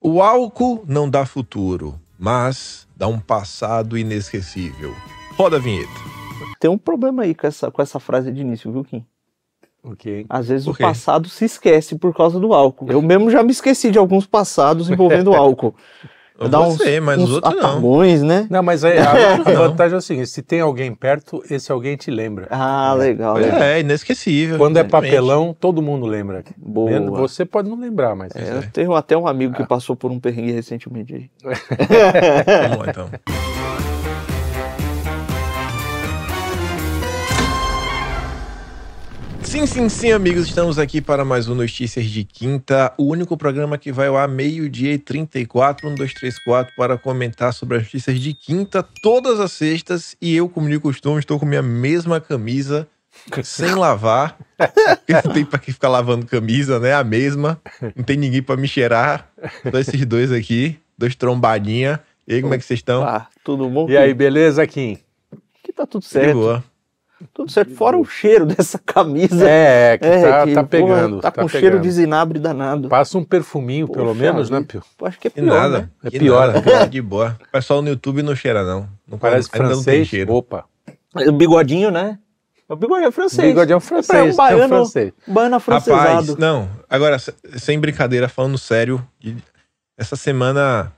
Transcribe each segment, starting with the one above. O álcool não dá futuro, mas dá um passado inesquecível. Roda a vinheta. Tem um problema aí com essa, com essa frase de início, viu, Kim? Ok. Às vezes Por o quê? passado se esquece por causa do álcool. Eu mesmo já me esqueci de alguns passados envolvendo álcool. Eu Dá uns- sei, mas uns os outros não. apagões, né? Não, mas aí, a, a Não. vantagem é o seguinte: se tem alguém perto, esse alguém te lembra. Ah, legal. legal. É, inesquecível. Quando é exatamente. papelão, todo mundo lembra. tá Boa. Você pode não lembrar, mas. É, eu tenho até um amigo Ah. que passou por um perrengue recentemente aí. tá Vamos lá, então. Sim, sim, sim, amigos, estamos aqui para mais um Notícias de Quinta, o único programa que vai ao ar meio-dia e um, 34, 1, 2, 3, 4, para comentar sobre as notícias de quinta todas as sextas. E eu, como de costume, estou com minha mesma camisa, sem lavar, porque não tem para que ficar lavando camisa, né? A mesma, não tem ninguém para me cheirar. Só esses dois aqui, dois trombadinha. E aí, como é que vocês Tá estão? Ah, tudo bom? E aí, beleza, Kim? Que tá tudo De certo. boa. Tudo certo. Fora o cheiro dessa camisa. É, é, que tá, tá porra, pegando. Tá, com pegando. cheiro de zinabre danado. Passa um perfuminho, Poxa pelo menos, vida. né, Pio? Pô, Acho que é Que pior, nada. né? É que pior, nada, é tá de boa. O pessoal no YouTube não cheira, não. não Parece ainda não tem francês. cheiro. Opa. É O bigodinho, né? É O bigodinho é francês. Bigode é um francês. um baiano- é um francês. Baiano Rapaz, afrancesado. não. Agora, se- sem brincadeira, falando sério, e essa semana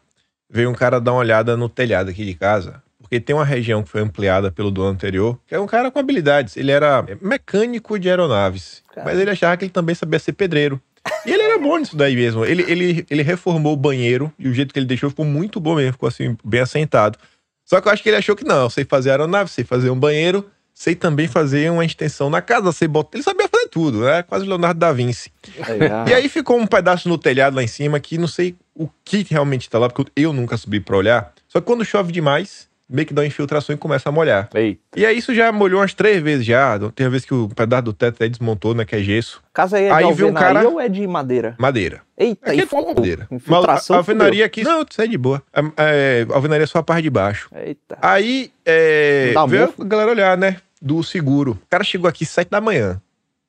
veio um cara dar uma olhada no telhado aqui de casa. Porque tem uma região que foi ampliada pelo dono anterior, que é um cara com habilidades. Ele era é, mecânico de aeronaves. Cara. Mas ele achava que ele também sabia ser pedreiro. E ele era bom nisso daí mesmo. Ele, ele, ele reformou o banheiro e o jeito que ele deixou ficou muito bom mesmo. Ficou assim, bem assentado. Só que eu acho que ele achou que não. Eu sei fazer aeronave, sei fazer um banheiro. sei também fazer uma extensão na casa, sei botar. Ele sabia fazer tudo, né? Quase o Leonardo da Vinci. Legal. E aí ficou um pedaço no telhado lá em cima que não sei o que realmente tá lá, porque eu nunca subi pra olhar. Só que quando chove demais, meio que dá uma infiltração e começa a molhar. Ei, E aí isso já molhou umas três vezes já. Tem uma vez que o pedaço do teto aí desmontou, né? Que é gesso. A casa aí é Aí de viu um alvenaria cara- ou é de madeira? Madeira. Eita, Aqui é e tudo fogo. madeira. Mas Infiltração, a alvenaria aqui. Não, isso é de boa. A, é, a alvenaria é só a parte de baixo. fudeu. Eita. Aí, é, Dá veio mofo? a galera olhar, né? Do seguro. O cara chegou aqui sete da manhã.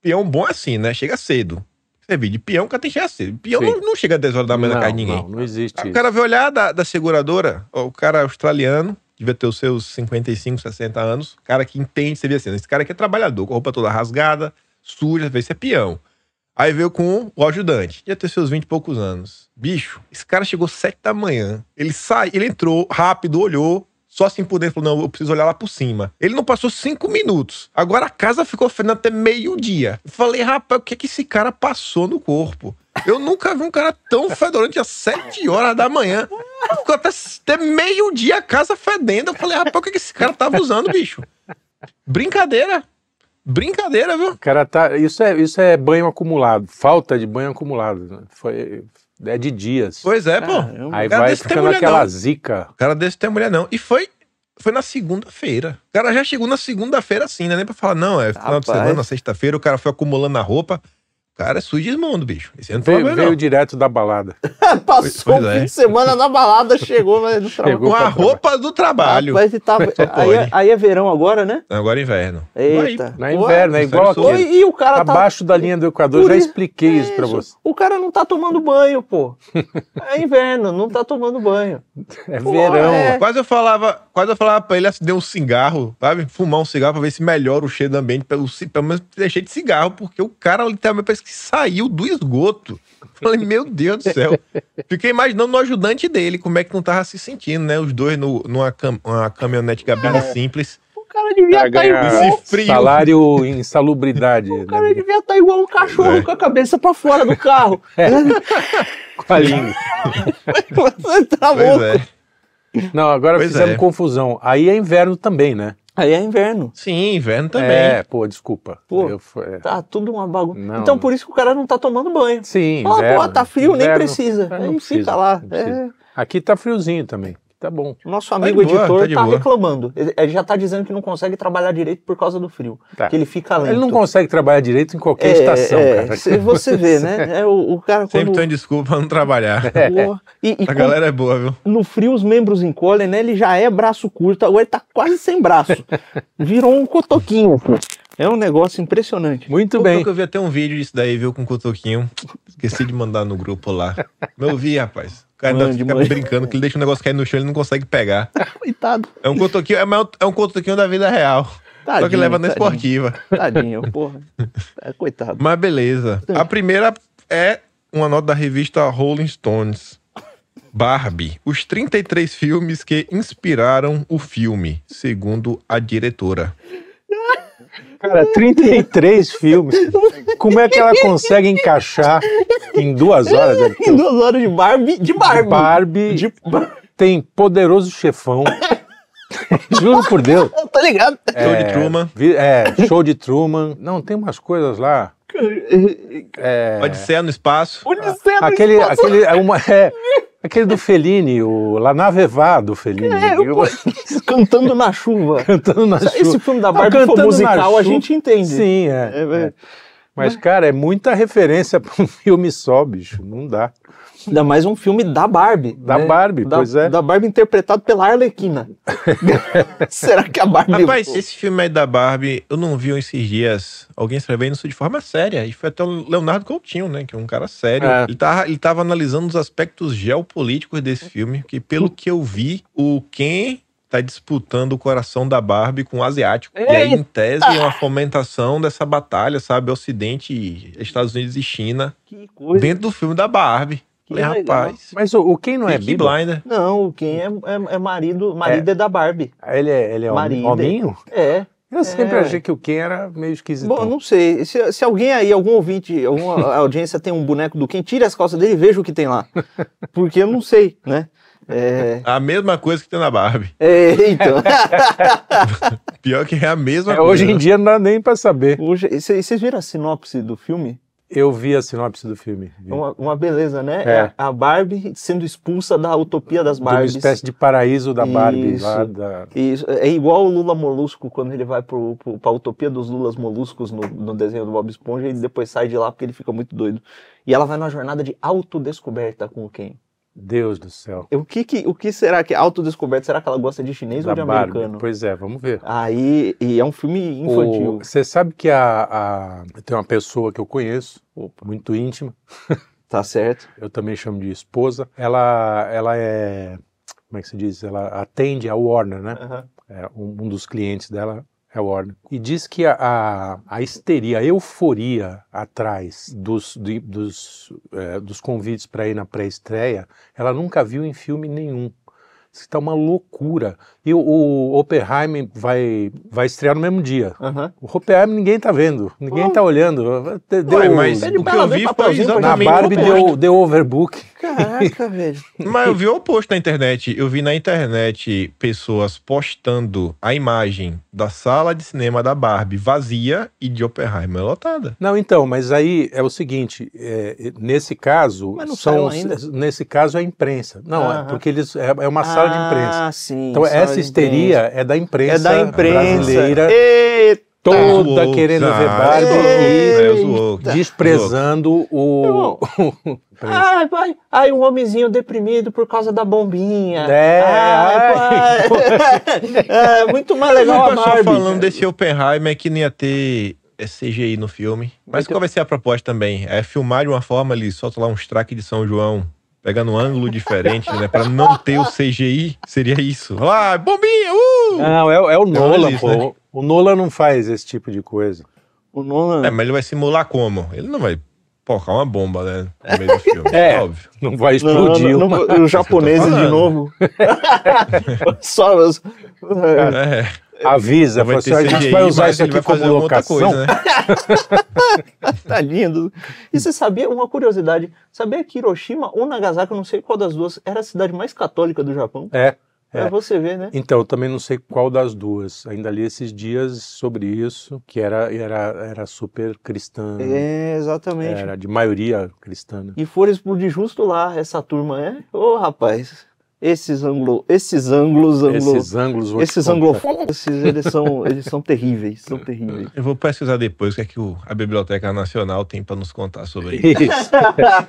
Peão bom é assim, né? Chega cedo. Você vê, de peão o cara tem que chegar cedo. Peão Sim. não, não chega às 10 horas da manhã na não, casa de ninguém. Ah, não, não existe Aí isso. o cara veio olhar da, da seguradora, ó, o cara australiano, devia ter os seus 55, 60 anos, o cara que entende, você vê assim, esse cara aqui é trabalhador, com a roupa toda rasgada, suja, vê se é peão. Aí veio com o ajudante, devia ter seus 20 e poucos anos. Bicho, esse cara chegou 7 da manhã, ele sai, ele entrou rápido, olhou, só assim por dentro, falou, não, eu preciso olhar lá por cima. Ele não passou cinco minutos. Agora a casa ficou fedendo até meio-dia. Eu Falei, rapaz, o que é que esse cara passou no corpo? Eu nunca vi um cara tão fedorante às 7 horas da manhã. Ficou até, até meio-dia a casa fedendo. Eu falei, rapaz, o que, é que esse cara tava usando, bicho? Brincadeira. Brincadeira, viu? O cara tá. Isso é, isso é banho acumulado. Falta de banho acumulado. né? Foi, é de dias. Pois é, pô. Caramba. Aí Cara, vai desse tem ficando mulher, aquela não. zica. O cara desse tem mulher, não. E foi, foi na segunda-feira. O cara já chegou na segunda-feira assim, né? Nem pra falar, não, é final de Rapaz. semana, sexta-feira, o cara foi acumulando a roupa. O cara é sujo e imundo, bicho. Esse ano Veio, foi veio não. direto da balada. Passou Pois o é. fim de semana na balada, chegou mas no trabalho. Chegou Com a pra trabalhar. roupa do trabalho. Rapaz, ele tava... aí, é- pode. aí é verão agora, né? Agora é inverno. Eita. Não é inverno, é igual Sério, aqui. Oi, e o cara tá... Abaixo da linha do Equador, Por já isso- expliquei isso pra você. O cara não tá tomando banho, pô. É inverno, não tá tomando banho. É Pô, verão. é. Quase eu falava, quase eu falava pra ele acender um cigarro, sabe? Fumar um cigarro pra ver se melhora o cheiro do ambiente, pelo, ci- pelo menos deixei de cigarro, porque o cara literalmente parece que saiu do esgoto. Falei, meu Deus do céu. Fiquei imaginando o ajudante dele, como é que não tava se sentindo, né? Os dois no, numa cam- uma caminhonete gabine É. simples. O cara devia Pra estar igual... Esse frio. Salário em né? salubridade. O cara devia estar igual um cachorro É. com a cabeça pra fora do carro. Com a língua. tá Pois louco. é. Não, agora Pois fizemos é. confusão. Aí é inverno também, né? Aí é inverno. Sim, inverno também. É, pô, desculpa. Pô, Eu fui- é. Tá tudo uma bagunça. Não. Então por isso que o cara não tá tomando banho. Sim, Fala, inverno. pô, tá frio, nem Inverno. precisa. É, Aí não precisa, fica lá. não precisa. É, Aqui tá friozinho também. Tá bom. nosso amigo de boa, editor tá tá, de boa. reclamando. Ele ele já tá dizendo que não consegue trabalhar direito por causa do frio. Tá. Que ele fica lento. Ele não consegue trabalhar direito em qualquer estação, é, cara. cê- Você vê, né? É, o, o cara Sempre quando... tem desculpa pra não trabalhar. Pô, E, e A com- galera é boa, viu? no frio os membros encolhem, né? Ele já é braço curto, agora ele tá quase sem braço. Virou um cotoquinho. pô. É um negócio impressionante. Muito Pô, pior bem. que eu vi até um vídeo disso daí, viu, com o Cotoquinho. Esqueci de mandar no grupo lá. Mas eu vi, rapaz. O cara ainda Mande, fica mande. brincando que ele deixa o negócio cair no chão e ele não consegue pegar. Coitado. É um cotoquinho, é um- é um cotoquinho da vida real. Tadinho, só que leva na tadinho, esportiva. Tadinho, porra. É, coitado. Mas beleza. A primeira é uma nota da revista Rolling Stones. Barbie, os 33 filmes que inspiraram o filme, segundo a diretora. Cara, 33 filmes. Como é que ela consegue encaixar em duas horas? né? Em É, duas horas de Barbie. De Barbie. Barbie De Barbie. tem poderoso chefão. Juro por Deus. É, Tá ligado? Show de Truman, Vi- É, show de Truman. Não, tem umas coisas lá. É, Odisseia no Espaço. Unicef, aquele, espaço. aquele, é uma, é, aquele do Fellini, o La Navevá do Fellini. É, eu- Cantando na chuva. Cantando na chuva. Esse filme da Não, Barbie Cantando for na musical, Chuva. a gente entende. Sim, é. É, velho. Mas, cara, é muita referência para um filme só, bicho. Não dá. Ainda mais um filme da Barbie. Da né? Barbie, da, pois é. Da Barbie interpretado pela Arlequina. Será que a Barbie. Rapaz, esse filme aí da Barbie, eu não vi um esses dias. Alguém escreveu isso de forma séria. E foi até o Leonardo Coutinho, né? Que é um cara sério. É. Ele, tava, ele tava analisando os aspectos geopolíticos desse filme. Que pelo que eu vi, o Ken tá disputando o coração da Barbie com o asiático. E aí, em tese, é uma fomentação dessa batalha, sabe? Ocidente, Estados Unidos e China. Que coisa. Dentro do filme da Barbie. Que Falei, legal. rapaz... Mas o, o quem não é Peaky Biba? Blinder. Não, quem é, é, é marido. Marido é. da Barbie. Ele é, ele é hom- Marido. hominho? É. Eu sempre É. achei que o Ken era meio esquisito. Bom, eu não sei. Se, se alguém aí, algum ouvinte, alguma audiência tem um boneco do Ken, tira as calças dele e veja o que tem lá. Porque eu não sei, né? É. A mesma coisa que tem na Barbie. é então. Pior que é a mesma É, coisa. hoje em dia não dá nem pra saber. Hoje, e cê- e vocês viram a sinopse do filme? Eu vi a sinopse do filme. Vi. É uma, uma beleza, né? É. É A Barbie sendo expulsa da utopia das De uma Barbies. espécie de paraíso da Barbie Isso. lá da- E isso- é igual o Lula Molusco quando ele vai pro, pro, pra utopia dos Lulas Moluscos no, no desenho do Bob Esponja e depois sai de lá porque ele fica muito doido. E ela vai numa jornada de autodescoberta com o Ken. Deus do céu. E O que, que, o que será que é autodescoberta? Será que ela gosta de chinês Da ou de Barbie. americano? Pois é, vamos ver. Aí, e é um filme infantil. Você sabe que a, a- tem uma pessoa que eu conheço, muito íntima, Tá certo? eu também chamo de esposa. Ela, ela é, como é que se diz? Ela atende a Warner, né? Aham. É, um, um dos clientes dela é a Warner. E diz que a, a, a histeria, a euforia atrás dos, de- dos, é, dos convites para ir na pré-estreia, ela nunca viu em filme nenhum. Isso está uma loucura. E o, o Oppenheimer vai, vai estrear no mesmo dia. Aham. O Oppenheimer ninguém tá vendo, ninguém Não. tá olhando. Deu, Ué, mas Ele o que vai lá eu ver vi foi papelzinho pra na exatamente também Barbie o oposto. deu, deu overbook. Caraca, velho. Mas eu vi o oposto na internet. Eu vi na internet pessoas postando a imagem da sala de cinema da Barbie vazia e de Oppenheimer lotada. Não, então, mas aí é o seguinte, é, nesse caso Mas não são, saiu ainda? nesse caso é a imprensa. Não, é Aham. porque eles é, é uma sala de imprensa. Ah, sim. Então sala essa de histeria é da imprensa, É da imprensa. brasileira, Eita. toda Zoou, querendo ah, ver Barbie é. é, zoou. e desprezando o Peraí. Ai, pai, ai, um homenzinho deprimido por causa da bombinha. É, ai, Ah, ai, pai. é muito mais legal o a pessoal Barbie. tá falando desse Oppenheimer que não ia ter é, CGI no filme. Mas qual vai ser a proposta também? É filmar de uma forma, eles soltam lá uns track de São João, pegando um ângulo diferente, né? Pra não ter o CGI, seria isso. Ah, bombinha, uh! Não, é, é o Nolan, isso, pô. né? O Nolan não faz esse tipo de coisa. O Nolan. É, mas ele vai simular como? Ele não vai focar uma bomba, né? No meio do filme. É. Óbvio. Não vai Não, não, explodir não, uma- não, os japoneses de falando. novo. Só os- É. avisa, vai fala assim, ter a gente CGI, vai usar mas isso ele aqui vai como fazer alguma outra locação. coisa, né? Tá lindo. E você sabia, uma curiosidade, sabia que Hiroshima ou Nagasaki, eu não sei qual das duas, era a cidade mais católica do Japão? É. É, É. você ver, né? Então, eu também não sei qual das duas. Ainda li esses dias sobre isso, que era, era, era super cristã. né? É, exatamente. Era de maioria cristã. né? E foram explodir justo lá, essa turma, é? Ô, rapaz, esses anglo... Esses anglos, anglos... Esses ângulos. vou te Esses contar. anglofones, esses, eles são, eles são terríveis, são terríveis. Eu vou pesquisar depois o que é que o- a Biblioteca Nacional tem pra nos contar sobre isso. Isso.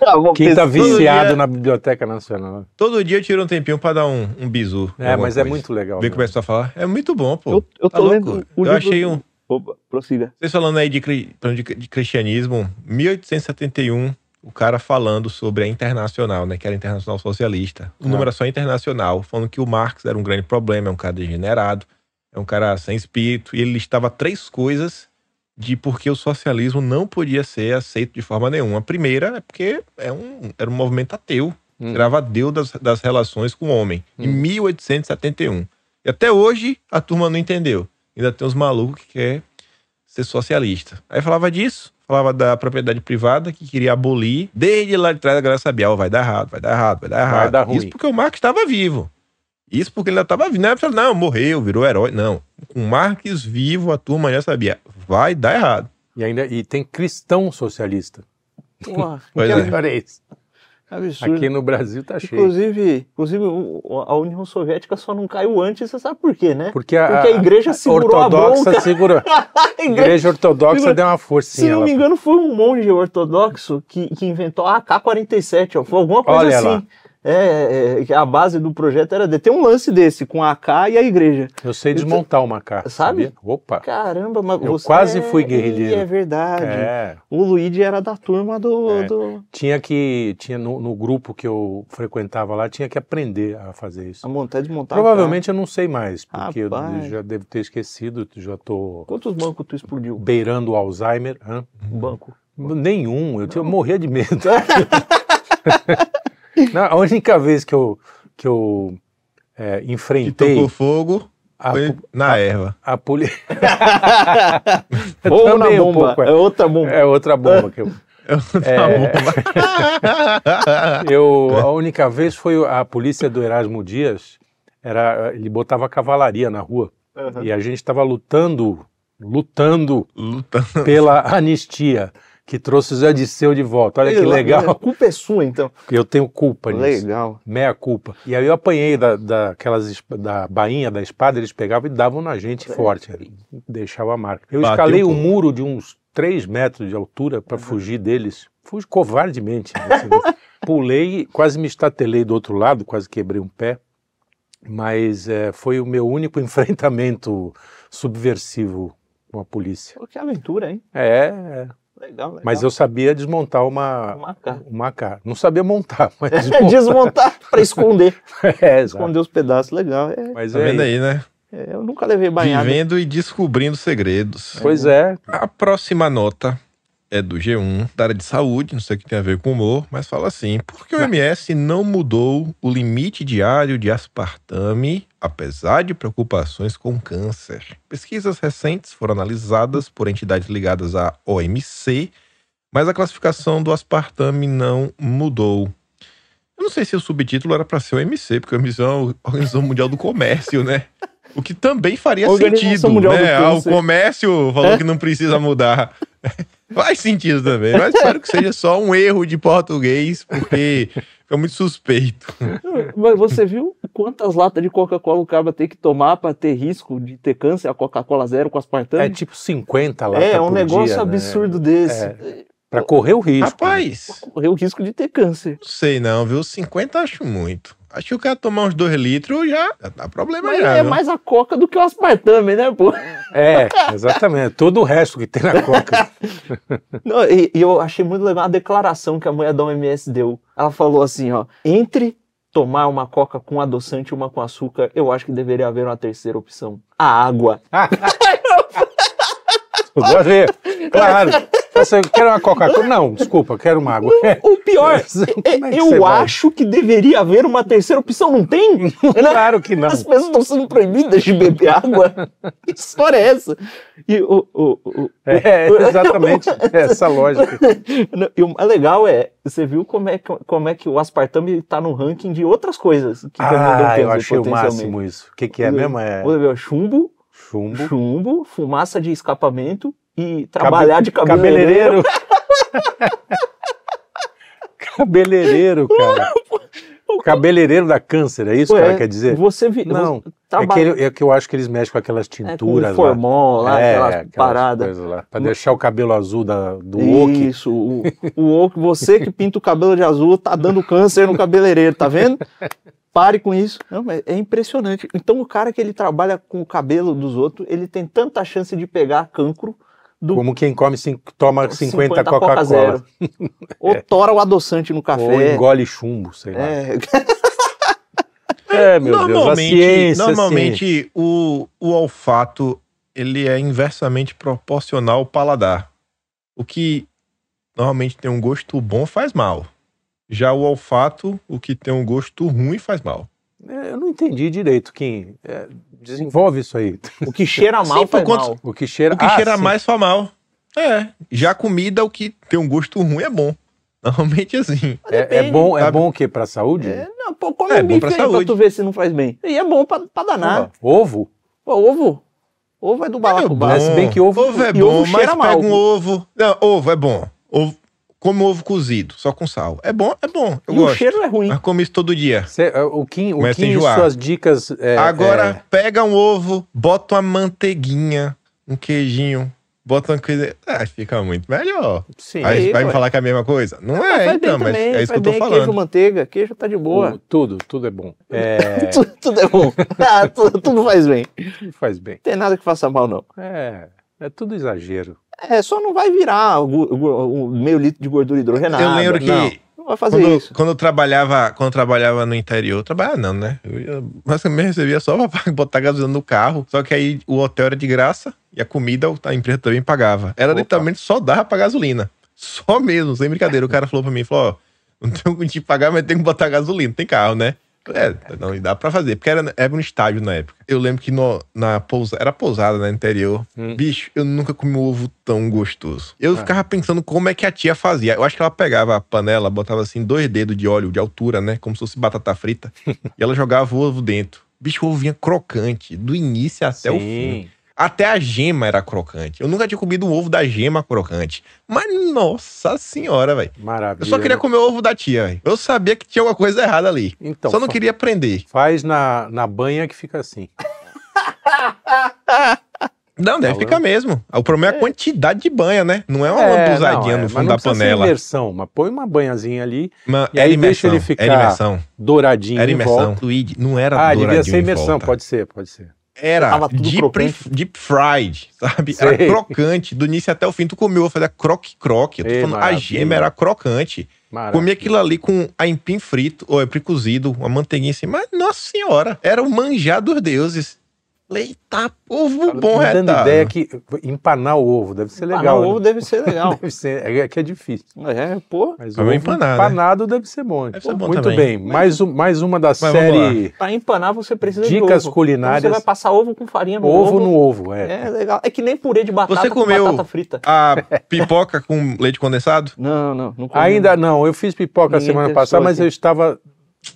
Ah, Vou Quem tá pesquisar. viciado é- dia- na Biblioteca Nacional. Todo dia eu tiro um tempinho pra dar um, um bizu. É, alguma mas é coisa. muito legal. Ver né? como é que você tá falando. É muito bom, pô. Eu, eu Tá tô louco? lendo o eu livro achei um, Opa, prossiga. Vocês falando aí de, cri- então de, de cristianismo, 1871, o cara falando sobre a internacional, né? Que era a internacional socialista. O Ah. número era só internacional, falando que o Marx era um grande problema, é um cara degenerado, é um cara sem espírito. E ele listava três coisas de por que o socialismo não podia ser aceito de forma nenhuma. A primeira é porque é um, era um movimento ateu Hum. tirava Deus das, das relações com o homem, em Hum. 1871. E até hoje a turma não entendeu. Ainda tem uns malucos que quer ser socialista. Aí falava disso, falava da propriedade privada que queria abolir. Desde lá de trás a galera sabia, ó, vai dar errado, vai dar errado, vai dar errado. Vai dar ruim. Isso porque o Marx estava vivo. Isso porque ele ainda estava vivo. Não, é pra- não, morreu, virou herói. Não. Com Marx vivo, a turma já sabia. Vai dar errado. E ainda e tem cristão socialista. Porra, Pois que é. absurdo é esse? absurdo. Aqui no Brasil tá cheio. Inclusive, inclusive, o- a União Soviética só não caiu antes, você sabe por quê, né? Porque a, Porque a igreja segurou a ortodoxa bronca. segurou. A A igreja, igreja ortodoxa Segura- deu uma forcinha. se não lá. me engano, foi um monge ortodoxo que, que inventou a AK-47, ó, foi alguma coisa Olha lá. assim. É, é, que a base do projeto era de ter um lance desse, com a AK e a igreja. Eu sei desmontar uma carta. Sabe? sabia? Tá. Opa. Caramba, mas Eu você quase é- fui guerrilheiro. É verdade. É. O Luigi era da turma do... É. do- Tinha que. Tinha no, no grupo que eu frequentava lá, tinha que aprender a fazer isso. a tá montar e desmontar. a Provavelmente eu não sei mais, porque eu Rapaz. já devo ter esquecido, já estou AK. Quantos bancos tu explodiu? Um beirando o Alzheimer. hã? Banco. Nenhum, eu, tinha- eu morria de medo. Não, a única vez que eu, que eu é, Que enfrentei tocou fogo a, foi po- na erva. a polícia. Ou na Também um bomba. pouco, é. é outra bomba. É outra bomba que eu. É. Tá bom. Eu, a única vez foi a polícia do Erasmo Dias, era, ele botava cavalaria na rua Aham. e a gente estava lutando, lutando Luta. pela anistia que trouxe o Zé Disseu de volta. Olha que Ele- A legal, culpa é sua, então. eu tenho culpa nisso. Legal. Meia culpa. E aí eu apanhei da, daquelas esp- da bainha da espada, eles pegavam e davam na gente forte. né? Deixava a marca. Eu Bateu escalei um um pouco. muro de uns 3 metros de altura para fugir deles. Fui covardemente. né, você vê. Pulei, quase me estatelei do outro lado, quase quebrei um pé. Mas eh, foi o meu único enfrentamento subversivo com a polícia. Pô, que aventura, hein? É, é. Legal, legal. mas eu sabia desmontar uma, Marcar. uma cara. Não sabia montar, mas É desmontar. desmontar pra esconder. é, exato. esconder os pedaços, legal. É, Mas Tá é vendo isso. aí, né? é, eu nunca levei banhada. Vivendo e descobrindo segredos. Pois é, A próxima nota é do G1, da área de saúde, não sei o que tem a ver com humor, mas fala assim: por que o MS não mudou o limite diário de aspartame, apesar de preocupações com câncer? Pesquisas recentes foram analisadas por entidades ligadas à OMC, mas a classificação do aspartame não mudou. Eu não sei se o subtítulo era para ser OMC, porque a OMC é a Organização Mundial do Comércio, né? O que também faria Organização sentido, Mundial do né? Ah, O Câncer. comércio falou É? que não precisa mudar. Faz sentido também, mas espero que seja só um erro de português, porque fica muito suspeito. Hum, Mas você viu quantas latas de Coca-Cola o cara tem que tomar pra ter risco de ter câncer? A Coca-Cola zero com aspartame? é né? tipo 50 lá. É, um negócio absurdo desse. É. Pra correr o risco. Rapaz, Correu o risco de ter câncer. não sei não, viu? 50 acho muito. Acho que o cara tomar uns 2 litros já já dá problema Mas já, é viu? mais a Coca do que o aspartame, né, pô? É, exatamente. Todo o resto que tem na coca. Não, e, e eu achei muito legal a declaração que a mulher da OMS deu. Ela falou assim, ó, entre tomar uma coca com adoçante e uma com açúcar, eu acho que deveria haver uma terceira opção. A água. Tudo a ver. Claro. Você quer uma Coca-Cola? Não, desculpa, eu quero uma água. O pior, Mas como é- é que você eu vai? acho que deveria haver uma terceira opção, não tem? Claro que não. As pessoas estão sendo proibidas de beber água. Que história é essa? E o, o- o- É, exatamente. Essa lógica. Não, E o mais legal é, você viu como é, que- como é que o aspartame tá no ranking de outras coisas que também dão Ah, eu câncer, achei o potencialmente. máximo isso. O que, que é mesmo? É Você viu, chumbo, chumbo. chumbo, fumaça de escapamento e trabalhar de cabeleireiro. Cabeleireiro. Cabeleireiro, cara. Cabeleireiro da câncer, é isso que Ué, ela quer dizer? Você vi, Não, você É traba- que, ele- é que eu acho que eles mexem com aquelas é, com tinturas lá. É, formol lá, aquelas paradas. coisas lá. Pra deixar o cabelo azul da, do oque. Isso, o, o oco, você que pinta o cabelo de azul tá dando câncer no cabeleireiro, tá vendo? pare com isso. Não, mas é impressionante. Então o cara que ele trabalha com o cabelo dos outros, ele tem tanta chance de pegar cancro do Como quem come cin- toma 50, Coca Coca-Cola. Zero. É. Ou tora o adoçante no café. Ou engole chumbo, sei lá. É, É, meu Deus, a normalmente, ciência, normalmente assim. O, o olfato ele é inversamente proporcional ao paladar. O que normalmente tem um gosto bom faz mal. Já o olfato, o que tem um gosto ruim faz mal. É, Eu não entendi direito, Kim. É, desenvolve isso aí. o que cheira mal Sempre faz quando- mal. O que cheira, O que Ah, cheira sim. mais faz mal. É. Já a comida, o que tem um gosto ruim é bom. Normalmente é assim. É, é bom, é sabe? bom o quê? Pra saúde? É, não, pô, come É um bom bife pra aí pra saúde. tu ver se não faz bem. E é bom pra, pra danar. Ovo? Pô, ovo. Ovo é do balacubá. Ah, Mas se bem que ovo- é e bom, ovo mas pega cheira mal. um ovo. Não, ovo é bom. Ovo, como ovo cozido, só com sal. É bom, é bom. Eu E gosto. Ah, o cheiro é ruim. Mas como isso todo dia. Cê- é, o Kim, o Começa a Kim e enjoar. suas dicas. é, Agora, pega um ovo, bota uma manteiguinha, um queijinho, bota uma coisa. Ah, fica muito melhor. é, sim. Aí aí, vai ué. me falar que é a mesma coisa? Não Ah, é, faz então, bem mas também, é isso que faz eu tô bem. Queijo, falando. manteiga, queijo tá de boa. O- tudo, tudo é bom. É, Tudo, tudo é bom. Ah, tudo, tudo faz bem. Não tudo faz bem. tem nada que faça mal, não. É, é tudo exagero. É, só não vai virar o gu- gu- um meio litro de gordura hidrogenada. Eu lembro que Não, não vai fazer quando, isso. quando eu trabalhava, quando eu trabalhava no interior, eu trabalhava não, né? Eu, eu, mas eu mesmo recebia só pra botar gasolina no carro. Só que aí o hotel era de graça e a comida a empresa também pagava. Era Opa. literalmente só dava pra gasolina. Só mesmo, sem brincadeira. O cara falou pra mim, falou, ó, não tem como te pagar, mas tem que botar gasolina, tem carro, né? Eu falei, É, não, e dá pra fazer, porque era, era um estádio na época. Eu lembro que no, na pousada, era pousada, né, interior. Hum. Bicho, eu nunca comi um ovo tão gostoso. Eu Ah. ficava pensando como é que a tia fazia. Eu acho que ela pegava a panela, botava assim dois dedos de óleo de altura, né? Como se fosse batata frita. e ela jogava o ovo dentro. Bicho, o ovo vinha crocante, do início Tá até o fim. Sim. Até a gema era crocante. Eu nunca tinha comido um ovo da gema crocante. Mas, nossa senhora, velho. Maravilha. Eu só queria né? comer o ovo da tia, velho. Eu sabia que tinha alguma coisa errada ali. Então, só não fa- queria aprender. Faz na, na banha que fica assim. Não, deve Falando. ficar mesmo. O problema é a quantidade de banha, né? Não é uma É, abusadinha não, é, no mas fundo não da precisa ser panela. imersão, mas põe uma banhazinha ali, Mano, E era aí deixa imersão. ele ficar Era imersão. douradinho Era em imersão. volta. Tweed. Não era Ah, douradinho devia ser em imersão, volta. pode ser, pode ser. Era Tava tudo deep, crocante. deep fried, sabe? Sei. Era crocante, do início até o fim. Tu comeu, eu falei, croque-croque. Eu tô Ei, falando, a maravilha. gema era crocante. Maravilha. Comi aquilo ali com aipim frito, ou aipim cozido, uma manteiguinha assim. Mas, nossa senhora, era o manjar dos deuses. Falei, Eita, povo Tá bom me dando retado. ideia que empanar o ovo deve ser Empanar legal. o ovo né? deve ser legal. Deve ser, é que é difícil. é, pô, Mas Mas o ovo empanar, né? empanado deve ser bom. Deve ser bom Muito também. bem. Mais, um- mais uma da vamos série pra empanar você precisa de Dicas ovo. Culinárias. Então você vai passar ovo com farinha no Ovo, ovo. no ovo, é. É legal. É que nem purê de batata Você comeu- com batata frita. A pipoca com leite condensado? Não, não, não comi. Ainda não, eu fiz pipoca Ninguém semana testou passada, mas aqui. eu estava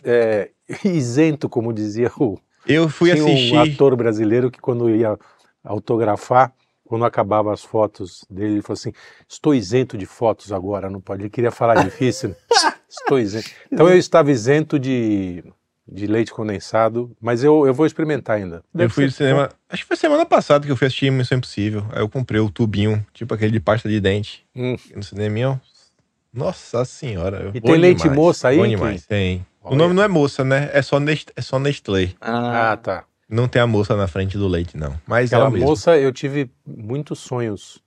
é, isento, como dizia o Eu fui tinha assistir. um ator brasileiro que quando ia autografar, quando acabava as fotos dele, ele falou assim: "Estou isento de fotos agora, não pode". Ele queria falar difícil. né? Estou isento. Então eu estava isento de de leite condensado, mas eu, eu vou experimentar ainda. Eu Deve fui no ser cinema. Acho que foi semana passada que eu fui assistir Missão Impossível. Aí eu comprei o tubinho, tipo aquele de pasta de dente. Hum. No cineminha. Nossa senhora. E bom tem leite demais, moça aí, Bom Kim? demais. Tem. Olha. O nome não é moça, né? É só, Nest, é só Nestlé. bom. Ah, Ah, tá. Não tem a moça na frente do leite, não. Mas Aquela ela mesmo. moça, eu tive muitos sonhos.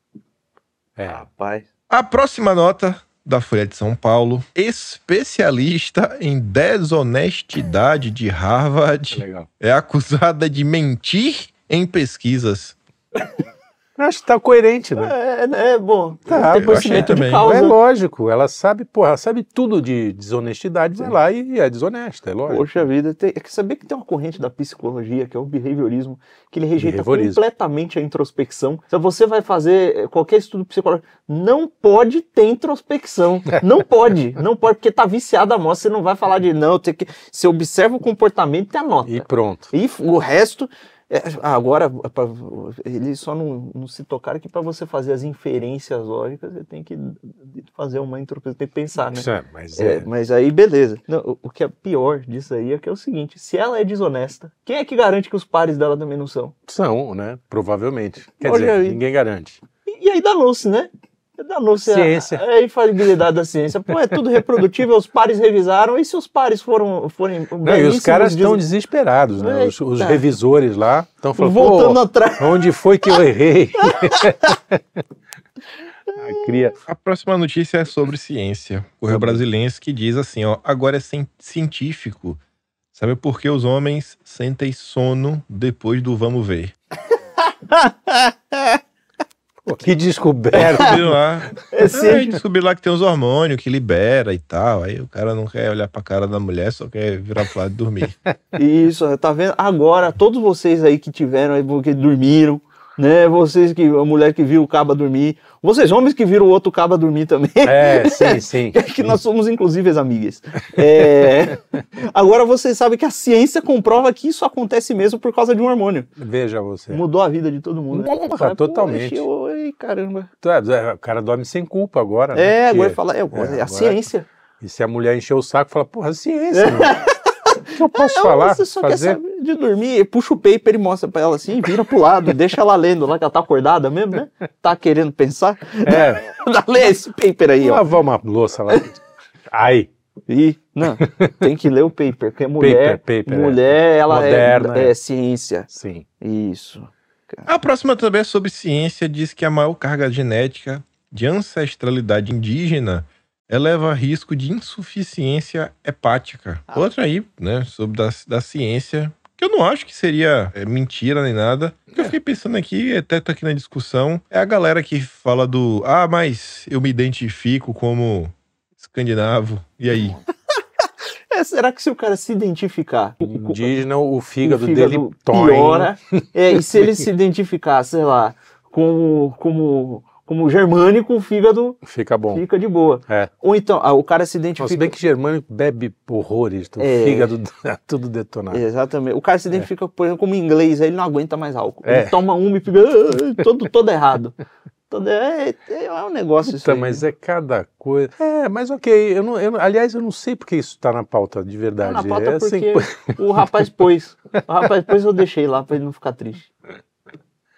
É. rapaz. A próxima nota da Folha de São Paulo. Especialista em desonestidade de Harvard Legal. é acusada de mentir em pesquisas. Acho que tá coerente, né? É, é bom. Tá, tem eu conhecimento achei de também. causa. É lógico, ela sabe, porra, ela sabe tudo de desonestidade, vai lá e é desonesta, é lógico. Poxa vida, tem, é que saber que tem uma corrente da psicologia, que é o behaviorismo, que ele rejeita Behaviorismo. completamente a introspecção. Se você vai fazer eh, qualquer estudo psicológico, não pode ter introspecção. Não pode, não pode, porque tá viciado a amostra, você não vai falar de não, tem que, você observa o comportamento e anota. E pronto. E f- o resto. é, agora, pra- eles só não, não se tocaram que para você fazer as inferências lógicas, você tem que fazer uma introspecção, tem que pensar, né? Isso é, mas É, é, mas aí beleza. Não, o, o que é pior disso aí é que é o seguinte: se ela é desonesta, quem é que garante que os pares dela também não são? são, né? Provavelmente. Quer Olha dizer, aí. ninguém garante. E, e aí dá luz, né? danou Ciência. A, a infalibilidade da ciência. Pô, é tudo reprodutível, os pares revisaram, e se os pares foram, forem Não, e os belíssimos, caras diz- estão desesperados, né? Os, os Eita. revisores lá estão falando, voltando "Pô, atrás. onde foi que eu errei? a cria. A próxima notícia é sobre ciência. Correio Brasilense que diz assim, ó, agora é cien- científico. Sabe por que os homens sentem sono depois do vamos ver? Pô, que descoberta. Viram lá? É É, aí ciência. descobriram lá que tem uns hormônios que libera e tal. Aí o cara não quer olhar pra cara da mulher, só quer virar pro lado e dormir. Isso, tá vendo? Agora, todos vocês aí que tiveram, aí, porque dormiram, né? Vocês que, a mulher que viu o caba dormir, vocês homens que viram o outro caba dormir também. é, sim, sim. que nós somos inclusive as amigas. É, Agora vocês sabem que a ciência comprova que isso acontece mesmo por causa de um hormônio. Veja você. Mudou a vida de todo mundo. né? Porra, Fala, "Pô, É. totalmente. achei- Oi, caramba. Tu é, O cara dorme sem culpa agora. né? É, Porque- agora fala, é, agora é a agora- ciência. E se a mulher encher o saco, fala, porra, ciência, mano. O que eu posso falar? É, você só quer fazer? saber de dormir, puxa o paper e mostra pra ela assim, vira pro lado, deixa ela lendo lá que ela tá acordada mesmo, né? Tá querendo pensar? É, Lê esse paper aí, ó. lavar uma louça lá. Ai, Ih, não, tem que ler o paper, porque mulher, paper, paper. é. mulher, ela Moderna, é, é. é ciência. Sim. Isso. A próxima também é sobre ciência. Diz que a maior carga genética de ancestralidade indígena eleva risco de insuficiência hepática. Ah. Outra aí, né, sobre da, da ciência, que eu não acho que seria é, mentira nem nada. O que eu fiquei pensando aqui, é, até tô aqui na discussão, é a galera que fala do ah, mas eu me identifico como escandinavo. E aí? É, será que se o cara se identificar, o, o- Indígena, o o fígado, fígado dele torna. piora? É, e se ele se identificar, sei lá, como, como, como germânico, o fígado Fica bom. fica de boa. É. Ou então, ah, o cara se Não, se identifica. bem que germânico bebe horrores, o É. fígado é tudo detonado. Exatamente. O cara se identifica, por exemplo, como inglês, aí ele não aguenta mais álcool. É. Ele toma uma e fica "Ah, todo, todo errado. Todo, é, é- é um negócio isso. Puta, aí. mas é cada coisa. É, mas ok. Eu não, eu não- aliás, eu não sei porque isso tá na pauta, de Tá verdade. na pauta é assim, porque o rapaz pôs. O rapaz pôs eu deixei lá pra ele não ficar triste.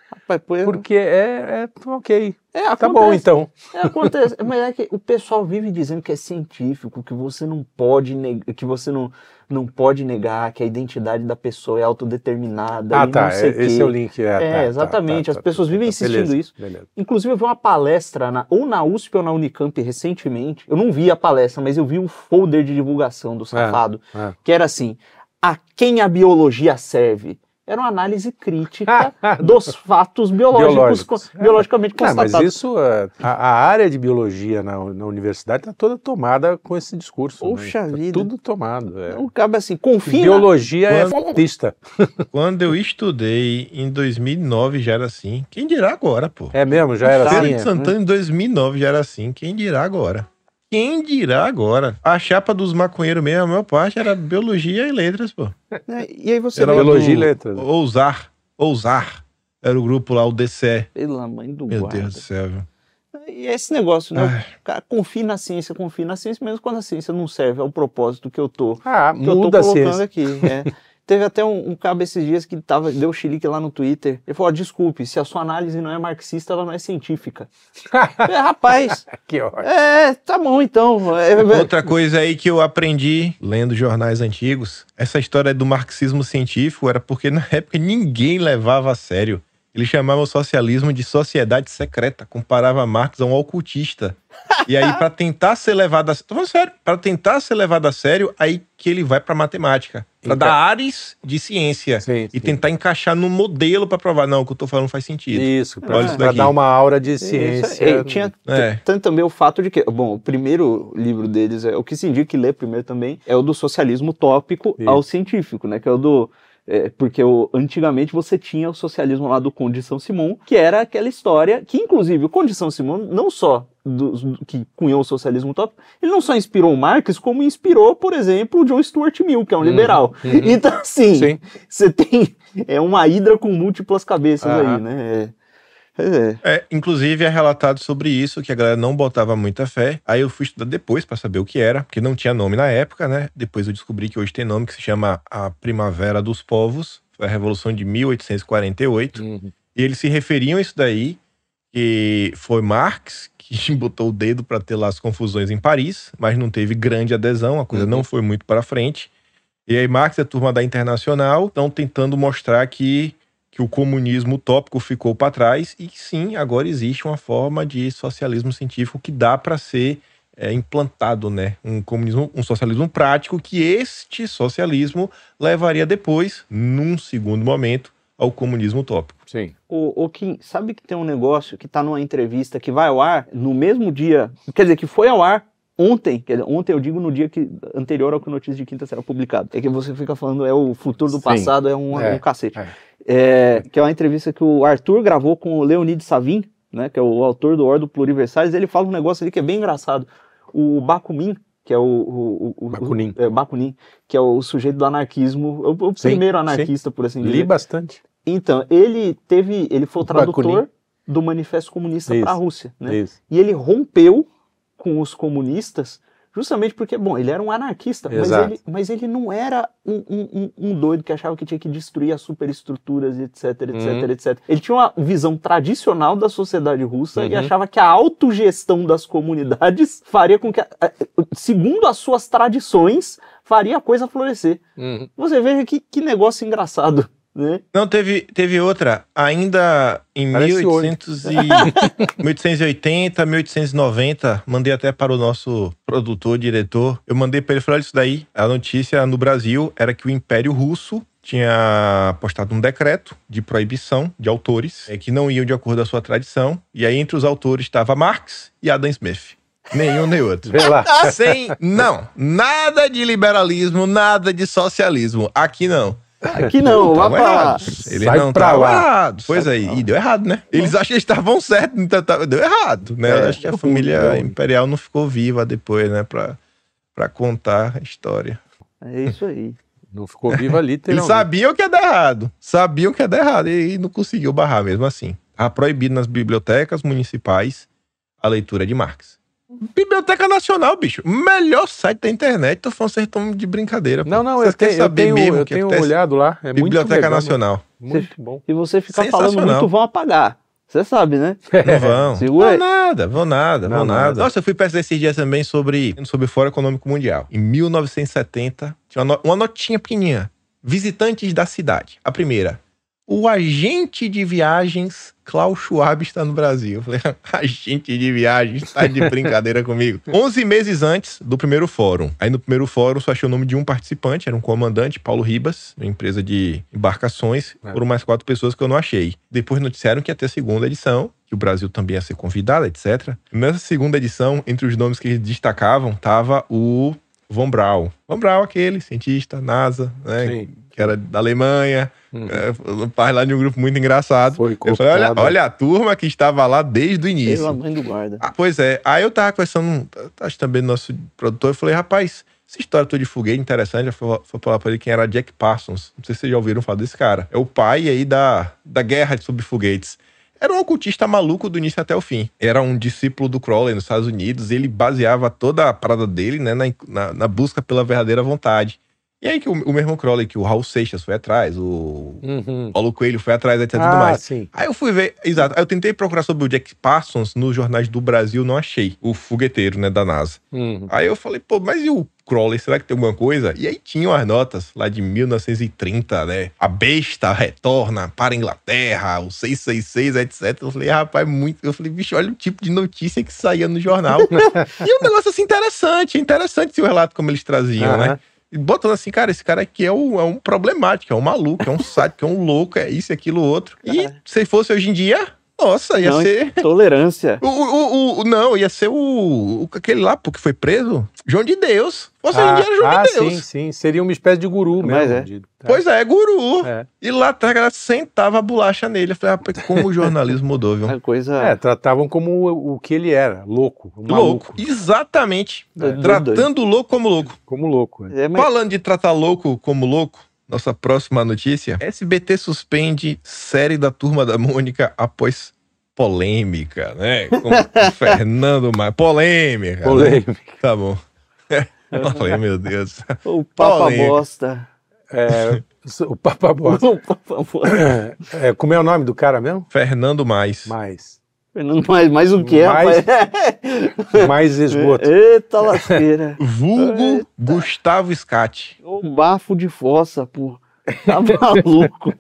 Rapaz, pôs. porque é, é ok. É, Tá acontece. bom, então. É, acontece. Mas é que o pessoal vive dizendo que é científico, que você não pode negar, que você não, não pode negar que a identidade da pessoa é autodeterminada. Ah, e tá. não sei é- o quê. esse é o link. É, tá, tá, tá, exatamente, tá, as tá, pessoas tá, vivem tá, insistindo beleza, isso. Beleza. Inclusive, eu vi uma palestra na- ou na USP ou na Unicamp recentemente. Eu não vi a palestra, mas eu vi um folder de divulgação do safado, é. que era assim: a quem a biologia serve? Era uma análise crítica dos fatos biológicos, Biológicos. co- biologicamente Ah, mas constatados. isso, é, a, a área de biologia na, na universidade está toda tomada com esse discurso. né? Poxa Tá vida. Tudo tomado. É. Não cabe assim, confia. na- Biologia é artista. Quando eu estudei em 2009 já era assim. Quem dirá agora, pô? É mesmo, já Tá. era Feira assim. de Santana em 2009 já era assim. Quem dirá agora? Quem dirá agora? A chapa dos maconheiros mesmo, a maior parte era biologia e letras, pô. né? E aí você Era é. vê, o- Biologia e letras. Ousar, ousar. Era o grupo lá, o DCE. pela mãe do Meu guarda. Deus do céu, viu? E é esse negócio, né? Ai. O cara confia na ciência, confia na ciência, mesmo quando a ciência não serve ao propósito que eu tô, Ah, que eu tô muda a colocando ciência. aqui. é. Teve até um, um cabo esses dias que tava, deu chilique lá no Twitter. Ele falou: "Ó, desculpe, se a sua análise não é marxista, ela não é científica. é, rapaz, Aqui, ó. é, tá bom então. É, é, Outra coisa aí que eu aprendi lendo jornais antigos, essa história do marxismo científico era porque na época ninguém levava a sério. Eles chamavam o socialismo de sociedade secreta, comparava Marx a um ocultista. E aí para tentar ser levado a sério, tô falando sério, para tentar ser levado a sério, aí que ele vai para matemática, para Então- dar áreas de ciência Sim, e sim. tentar encaixar no modelo para provar não, o que eu tô falando faz sentido. Isso, Olha pra, isso pra daqui. dar uma aura de isso ciência. aí. tinha É. Tanto também o fato de que, bom, o primeiro livro deles, é o que se indica que ler primeiro também, é o do socialismo tópico Isso. ao científico, né? Que é o do. é, porque o- antigamente você tinha o socialismo lá do Condição Simon, que era aquela história que, inclusive, o Condição Simon, não só dos- do- que cunhou o socialismo tópico, ele não só inspirou o Marx, como inspirou, por exemplo, o John Stuart Mill, que é um Uhum, liberal. uhum. Então, assim, Sim. você tem é uma hidra com múltiplas cabeças aí, Aham. né? É, é, É, inclusive é relatado sobre isso que a galera não botava muita fé. Aí eu fui estudar depois pra saber o que era, porque não tinha nome na época, né? Depois eu descobri que hoje tem nome que se chama a Primavera dos Povos, foi a Revolução de 1848. Uhum. E eles se referiam a isso daí, que que foi Marx que botou o dedo para ter lá as confusões em Paris, mas não teve grande adesão, a coisa não foi muito para frente. E aí Marx e a turma da Internacional estão tentando mostrar que, que o comunismo utópico ficou para trás e que sim, agora existe uma forma de socialismo científico que dá para ser é, implantado, né? Um comunismo, um socialismo prático que este socialismo levaria depois, num segundo momento, ao comunismo utópico. Sim. O, o Kim, sabe que tem um negócio que tá numa entrevista que vai ao ar no mesmo dia, quer dizer, que foi ao ar ontem, quer dizer, ontem eu digo no dia que anterior ao que o Notícia de Quinta será publicado. É que você fica falando, é o futuro do Sim. passado, é um, É, um cacete. é. É, que é uma entrevista que o Arthur gravou com o Leonid Savin, né, que é o autor do Ordo Pluriversalis, ele fala um negócio ali que é bem engraçado. O Bakunin, que é o... o, o- o- Bakunin. é, Bakunin, que é o sujeito do anarquismo, o, o Sim, primeiro sim. anarquista, por assim dizer. Li bastante. Então, ele teve, ele foi o O Bakunin. tradutor do Manifesto Comunista Isso, para a Rússia, né? Isso. E ele rompeu com os comunistas justamente porque, bom, ele era um anarquista, mas Exato. ele, mas ele não era um, um- um- um doido que achava que tinha que destruir as superestruturas, etc, etc, Uhum. etc. Ele tinha uma visão tradicional da sociedade russa e Uhum. achava que a autogestão das comunidades faria com que, a- a- segundo as suas tradições, faria a coisa florescer. Uhum. Você veja que, que negócio engraçado, né? Não, teve, teve outra, ainda em Parece 1800 e, 1880, 1890, mandei até para o nosso produtor, diretor, eu mandei para ele, falei, olha isso daí, a notícia no Brasil era que o Império Russo tinha postado um decreto de proibição de autores eh, que não iam de acordo com a sua tradição, e aí entre os autores estava Marx e Adam Smith. Nenhum nem outro. Vê lá. Sem, não, nada de liberalismo, nada de socialismo. Aqui não. Aqui não, vá Estavam pra lá. errados. Eles Sai não pra estavam lá. errados. Pois Sai aí, pra e deu errado, né? Eles acham que estavam certos, então tava- deu errado, né? É, Acho que a ficou família ruim, então. imperial não ficou viva depois, né? Pra, pra contar a história. É isso aí. Não ficou viva Eles literalmente. sabiam que ia dar errado. Sabiam que ia dar errado e, e não conseguiu barrar mesmo assim. Tá proibido nas bibliotecas municipais a leitura de Marx. Biblioteca Nacional, bicho. Melhor site da internet. Tô falando, vocês estão de brincadeira. pô. Não, não, eu Vocês querem tenho, eu saber tenho, mesmo eu que tenho acontece? olhado lá. É muito Biblioteca legal, Nacional. Muito bom. E você ficar falando Sensacional. muito, vão apagar. Você sabe, né? É Não vão. Segura aí. Vão nada, vão nada, Não, vão nada. nada. Nossa, eu fui pesquisar esses dias também sobre, sobre o Fórum Econômico Mundial. Em 1970, tinha uma, no- uma notinha pequenininha. Visitantes da cidade. A primeira. O agente de viagens Klaus Schwab está no Brasil. Eu falei, agente de viagens, está de brincadeira comigo. 11 meses antes do primeiro fórum. Aí no primeiro fórum só achei o nome de um participante, era um comandante, Paulo Ribas, uma empresa de embarcações. É. Foram mais quatro pessoas que eu não achei. Depois noticiaram que ia ter a segunda edição, que o Brasil também ia ser convidado, etc. Nessa segunda edição, entre os nomes que eles destacavam, tava o Von Braun. Von Braun, aquele cientista, NASA, né? Sim. Que era da Alemanha, Uhum. é, faz lá de um grupo muito engraçado. Foi Eu falei, olha, cooptado. olha a turma que estava lá desde o início. Pela mãe do guarda. Ah, pois é. Aí eu tava conversando, acho que também do nosso produtor, eu falei, rapaz, essa história toda de foguete interessante, eu fui fui falar pra ele quem era Jack Parsons. Não sei se vocês já ouviram falar desse cara. É o pai aí da, da guerra sobre foguetes. Era um ocultista maluco do início até o fim. Era um discípulo do Crowley nos Estados Unidos. Ele baseava toda a parada dele né, na, na- na busca pela verdadeira vontade. E aí que o, o mesmo Crowley, que o Raul Seixas foi atrás, o Uhum. Paulo Coelho foi atrás, etc. e Tá tudo Ah, mais. sim. Aí eu fui ver, exato. Aí eu tentei procurar sobre o Jack Parsons nos jornais do Brasil, não achei. O fogueteiro, né, da NASA. Uhum. Aí eu falei, pô, mas e o Crowley, será que tem alguma coisa? E aí tinham as notas lá de 1930, né? A besta retorna para a Inglaterra, o 666, etc. Eu falei, rapaz, muito. Eu falei, bicho, olha o tipo de notícia que saía no jornal. e um negócio assim interessante, interessante esse relato como eles traziam, né? Aham. E botando assim, cara, esse cara aqui é um, é um problemático, é um maluco, é um sádico, é um louco, é isso, aquilo, outro. E Cara. se fosse hoje em dia, nossa, ia Não, ser. Tolerância. O, o, o- o- não, ia ser o, o- Aquele lá, pô, que foi preso. João de Deus. Fosse hoje em dia era João ah, de Deus. sim, sim. Seria uma espécie de guru Mas mesmo. é. de- tá? Pois é, guru. é. E lá atrás a galera sentava a bolacha nele. Eu falei, rapaz, como o jornalismo mudou, viu? A coisa. É, tratavam como o, o que ele era, louco, um louco. maluco, Exatamente. do- do- doido. Tratando o louco como louco. como louco. é. É, mas- Falando de tratar louco como louco, nossa próxima notícia. SBT suspende série da Turma da Mônica após polêmica, né? Com o Fernando Maia. Polêmica. né? Polêmico. Tá bom. Ai, meu Deus. o Papa Polêmica. Bosta. É, o Papa Bosta. O Papa Bosta. É, como é o nome do cara mesmo? Fernando Mais. Mais. Fernando, mais, mais o que, é, Mais- rapaz? É. Mais esgoto. Eita lasqueira. Vulgo Gustavo Scatti. Ô, bafo de fossa, pô. Tá maluco.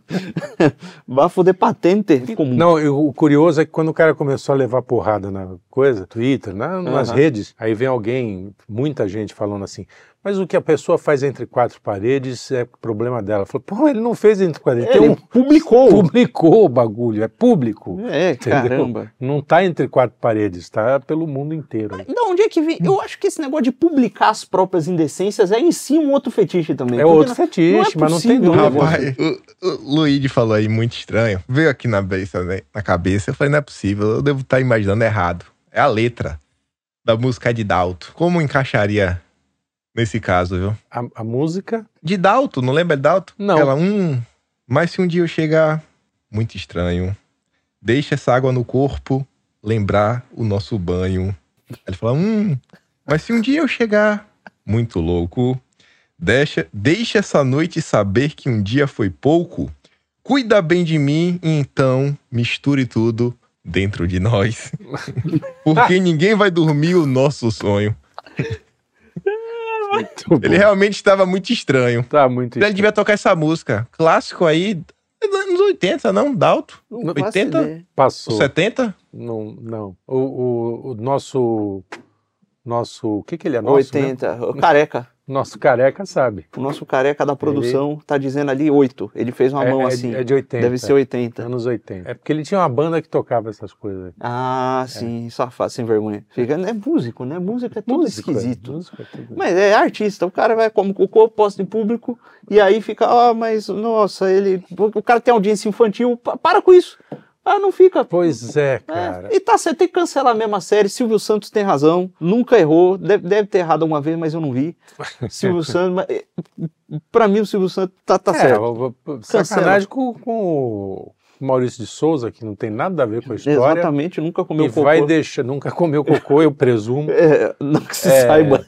bafo de patente. Comum. Não, eu- o curioso é que quando o cara começou a levar porrada na coisa, Twitter, na- nas Aham. redes, aí vem alguém, muita gente falando assim, mas o que a pessoa faz entre quatro paredes é problema dela. Falou, pô, ele não fez entre quatro paredes. é? Ele Então, publicou. publicou o bagulho, é público. É, caramba. Não tá entre quatro paredes, tá pelo mundo inteiro. Da onde é que vem? Eu acho que esse negócio de publicar as próprias indecências é em si um outro fetiche também. É Porque outro não- fetiche, mas não tem possível, dúvida. né, Rapaz, o, o Luigi falou aí muito estranho. Veio aqui na, cabeça, né? na cabeça. Eu falei, não é possível. Eu devo estar imaginando errado. É a letra da música de Dalto. Como encaixaria nesse caso, viu? A, a música, De Dalto, não lembra de Dalto? Não. Ela, hum, mas se um dia eu chegar, muito estranho. Deixa essa água no corpo lembrar o nosso banho. Ele fala, hum, mas se um dia eu chegar, muito louco. Deixa, deixa essa noite saber que um dia foi pouco. Cuida bem de mim e então misture tudo dentro de nós. Porque ninguém vai dormir o nosso sonho. muito Ele bom. realmente estava muito estranho. é- tá muito Ele é devia tocar essa música. Clássico aí, anos 80, não? Dalto? Não faço 80? ideia. Passou. 70? Não, não. O, o, o nosso. Nosso. O que, que ele é nosso? né? 80. O Careca. Nosso careca sabe. O nosso careca da produção tá dizendo ali 8. Ele fez uma é, mão é- assim. é de 80. Deve ser 80. Anos 80. É porque ele tinha uma banda que tocava essas coisas. Ah, É. sim, safado, sem vergonha. Fica, é músico, né? Música é tudo Música, esquisito. música, tudo. Mas é artista, o cara vai como cocô, posto em público, e aí fica, ah, mas nossa, ele. O cara tem audiência infantil, pa- para com isso. Ah, não fica. Pois é, É, cara. e tá, você tem que cancelar mesmo a série. Silvio Santos tem razão, nunca errou, deve, deve ter errado alguma vez, mas eu não vi. Silvio Santos, mas, eh, pra mim o Silvio Santos tá, tá É, certo. o- o- Sacanagem com, com o Maurício de Souza, que não tem nada a ver com a história. Exatamente, nunca comeu e cocô. vai deixar. Nunca comeu cocô, eu presumo. É, não que se É. saiba.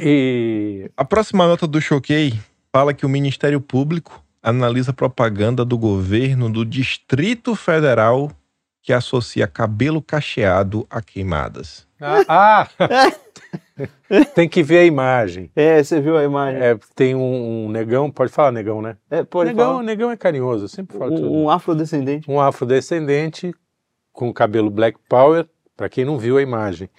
E. A próxima nota do Choquei fala que o Ministério Público analisa propaganda do governo do Distrito Federal que associa cabelo cacheado a queimadas. Ah! ah! tem que ver a imagem. É, você viu a imagem. É, tem um, um negão, pode falar negão, né? É, pode negão, falar. negão é carinhoso, eu sempre falo tudo. Um, um afrodescendente. Um afrodescendente com cabelo black power, pra quem não viu a imagem.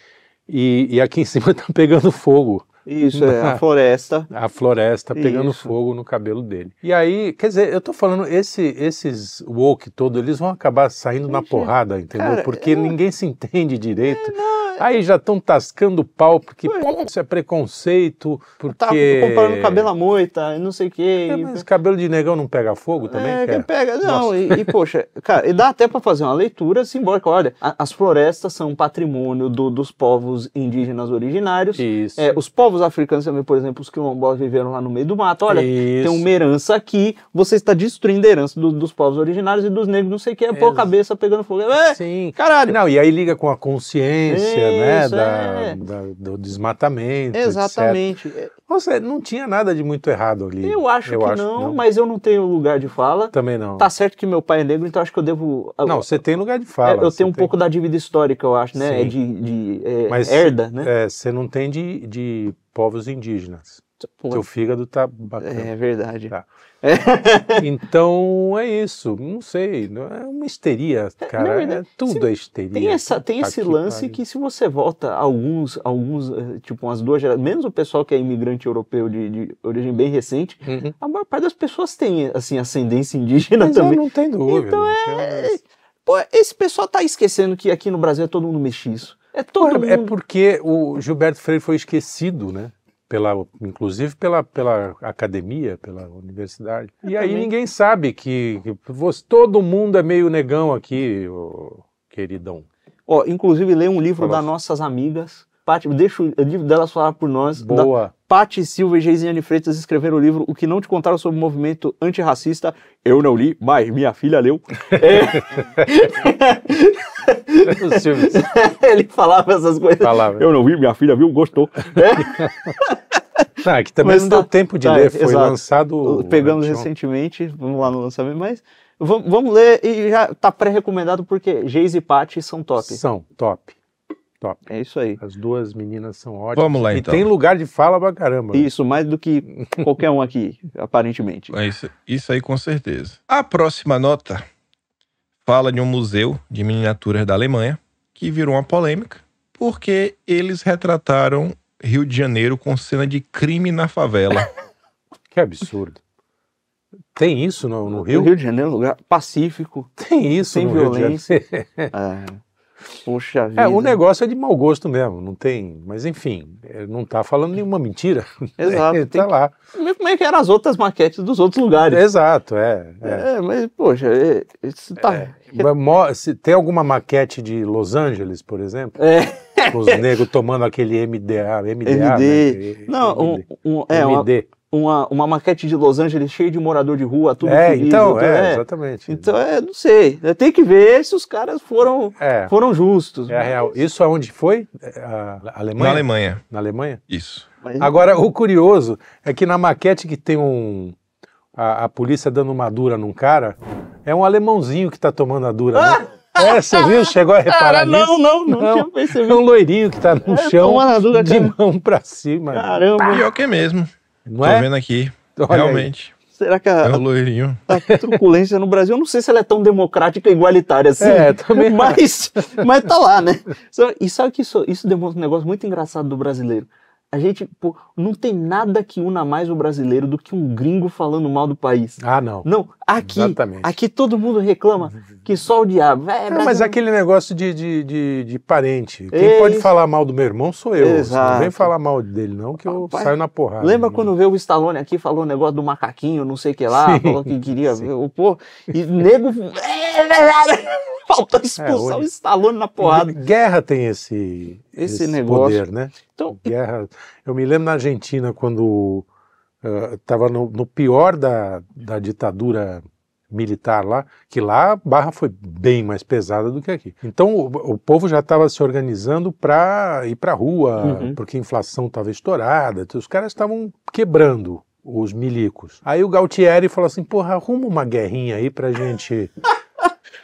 E, e aqui em cima tá pegando fogo, Isso, é, a floresta. a floresta pegando Isso. fogo no cabelo dele. E aí, quer dizer, eu tô falando, esse, esses woke todo, eles vão acabar saindo na Gente, porrada, entendeu? cara, é, porque eu- ninguém se entende direito. Aí já estão tascando pau, porque pô, isso é preconceito, porque... Tá comparando cabelo à moita, e não sei o quê. É, e- mas cabelo de negão não pega fogo também? É, Quer? quem pega. Não, e, e, poxa, cara, e dá até pra fazer uma leitura simbólica. Olha, a- as florestas são um patrimônio do- dos povos indígenas originários. Isso. É, os povos africanos também, por exemplo, os quilombolas viveram lá no meio do mato. Olha, Isso. tem um uma herança aqui, você está destruindo a herança do- dos povos originários e dos negros, não sei o que, é pô, Ex- cabeça pegando fogo. É, Sim. caralho! Não, e aí liga com a consciência, né, Isso, da, é. da- do desmatamento, etc. Exatamente. É, Nossa, não tinha nada de muito errado ali. Eu acho que não, mas eu não tenho lugar de fala. Também não. Tá certo que meu pai é negro, então acho que eu devo. Não, você tem lugar de É, fala. eu você tenho um tem- pouco da dívida histórica, eu acho, né? É Sim. de, de, é, Mas- herda, né? É, você não tem de, de povos indígenas. Pô, Seu fígado tá bacana. é verdade. Tá. Então é isso. Não sei. não- É uma histeria, cara. na é- verdade, tudo é histeria. Tem, essa, tem Puta esse que lance pariu. que se você volta alguns, alguns, eh, tipo umas duas gerações, menos o pessoal que é imigrante europeu de, de origem bem recente, Uhum. a maior parte das pessoas tem, assim, ascendência indígena Mas é, também. não tem dúvida. Então não tem- Pô, esse pessoal tá esquecendo que aqui no Brasil é todo mundo mestiço. É todo Porra, mundo... É porque o Gilberto Freire foi esquecido, né? Pela, inclusive pela, pela academia, pela universidade. E aí também. ninguém sabe que, que você- todo mundo é meio negão aqui, ô, queridão. Ó, inclusive, leia um livro Fala. assim. das nossas amigas. Paty, deixa o livro delas falar por nós. da Boa. Pati Silva e Geisiane Freitas escreveram o livro O que não te contaram sobre o movimento antirracista. Eu não li, mas minha filha leu. O Silvio Ele falava essas coisas. falava. Eu não vi, minha filha viu, gostou. Não, é que também Mas não é tá- deu tempo de tá, ler, foi exato. lançado. Pegamos anteontem. recentemente, vamos lá no lançamento, mas Vam- vamos ler e já tá pré-recomendado porque Geis e Paty são top. São top. É isso aí. As duas meninas são ótimas. Vamos lá, e então. tem lugar de fala pra caramba. né? Isso, mais do que qualquer um aqui, aparentemente. É isso, isso aí com certeza. A próxima nota fala de um museu de miniaturas da Alemanha que virou uma polêmica porque eles retrataram Rio de Janeiro com cena de crime na favela. Que absurdo. Tem isso no, no O Rio? Rio de Janeiro é um lugar pacífico. Tem isso Tem no Rio de violência. Janeiro. Ah, poxa vida. É, o negócio é de mau gosto mesmo, não tem. Mas enfim, é, não tá falando nenhuma mentira. Exato. É, tem tá lá. que- Como é que eram as outras maquetes dos outros lugares? Exato, é. é. É, mas, poxa, é, isso tá. É. Mas mo- se tem alguma maquete de Los Angeles, por exemplo, É. com os negros tomando aquele MDA, MDA, MD. né? Não, um, MD. um- é, uma, MD. uma, uma maquete de Los Angeles cheia de morador de rua, tudo é, fodido, então, tudo- é, exatamente. Então, é, não sei. Tem que ver se os caras foram, é, foram justos. né? é a real. Isso aonde foi? É, a- a na Alemanha? Alemanha, Na Alemanha? isso. Mas- Agora, o curioso é que na maquete que tem um. A, a polícia dando uma dura num cara, é um alemãozinho que tá tomando a dura. né? É, você viu? Chegou a reparar Cara, não, nisso? não, não, Não. tinha É percebido. um loirinho que tá no É, chão, toma na dura, de cara. mão pra cima. Caramba, Pior que é mesmo. Não Tô é? vendo aqui. Olha aí. Realmente. será que a, É o loirinho. a truculência no Brasil, eu não sei se ela é tão democrática e igualitária assim. É, também acho. mas, mas tá lá, né? Só- E sabe que isso, isso demonstra um negócio muito engraçado do brasileiro. A gente, pô, não tem nada que una mais o brasileiro do que um gringo falando mal do país. Ah, não. Não, é aqui, Exatamente. aqui todo mundo reclama que só o diabo. É, Não, mas brasileiro- aquele negócio de, de, de, de parente. Quem Isso. pode falar mal do meu irmão sou eu. Não Exato. vem falar mal dele, não, que eu Rapaz, saio na porrada. Lembra Não- quando veio o Stallone aqui, falou o negócio do macaquinho, não sei o que lá, Sim, falou que queria sim. ver o pô, e nego. é, Faltou expulsar É, hoje- o Stallone na porrada. Guerra tem esse, Esse negócio. poder, né? Então, Guerra. Eu me lembro na Argentina, quando estava no, no pior da, da ditadura militar lá, que lá a barra foi bem mais pesada do que aqui. Então o, o povo já estava se organizando para ir para a rua, Uhum. porque a inflação estava estourada, então os caras estavam quebrando os milicos. Aí o Galtieri falou assim, porra, arruma uma guerrinha aí pra gente...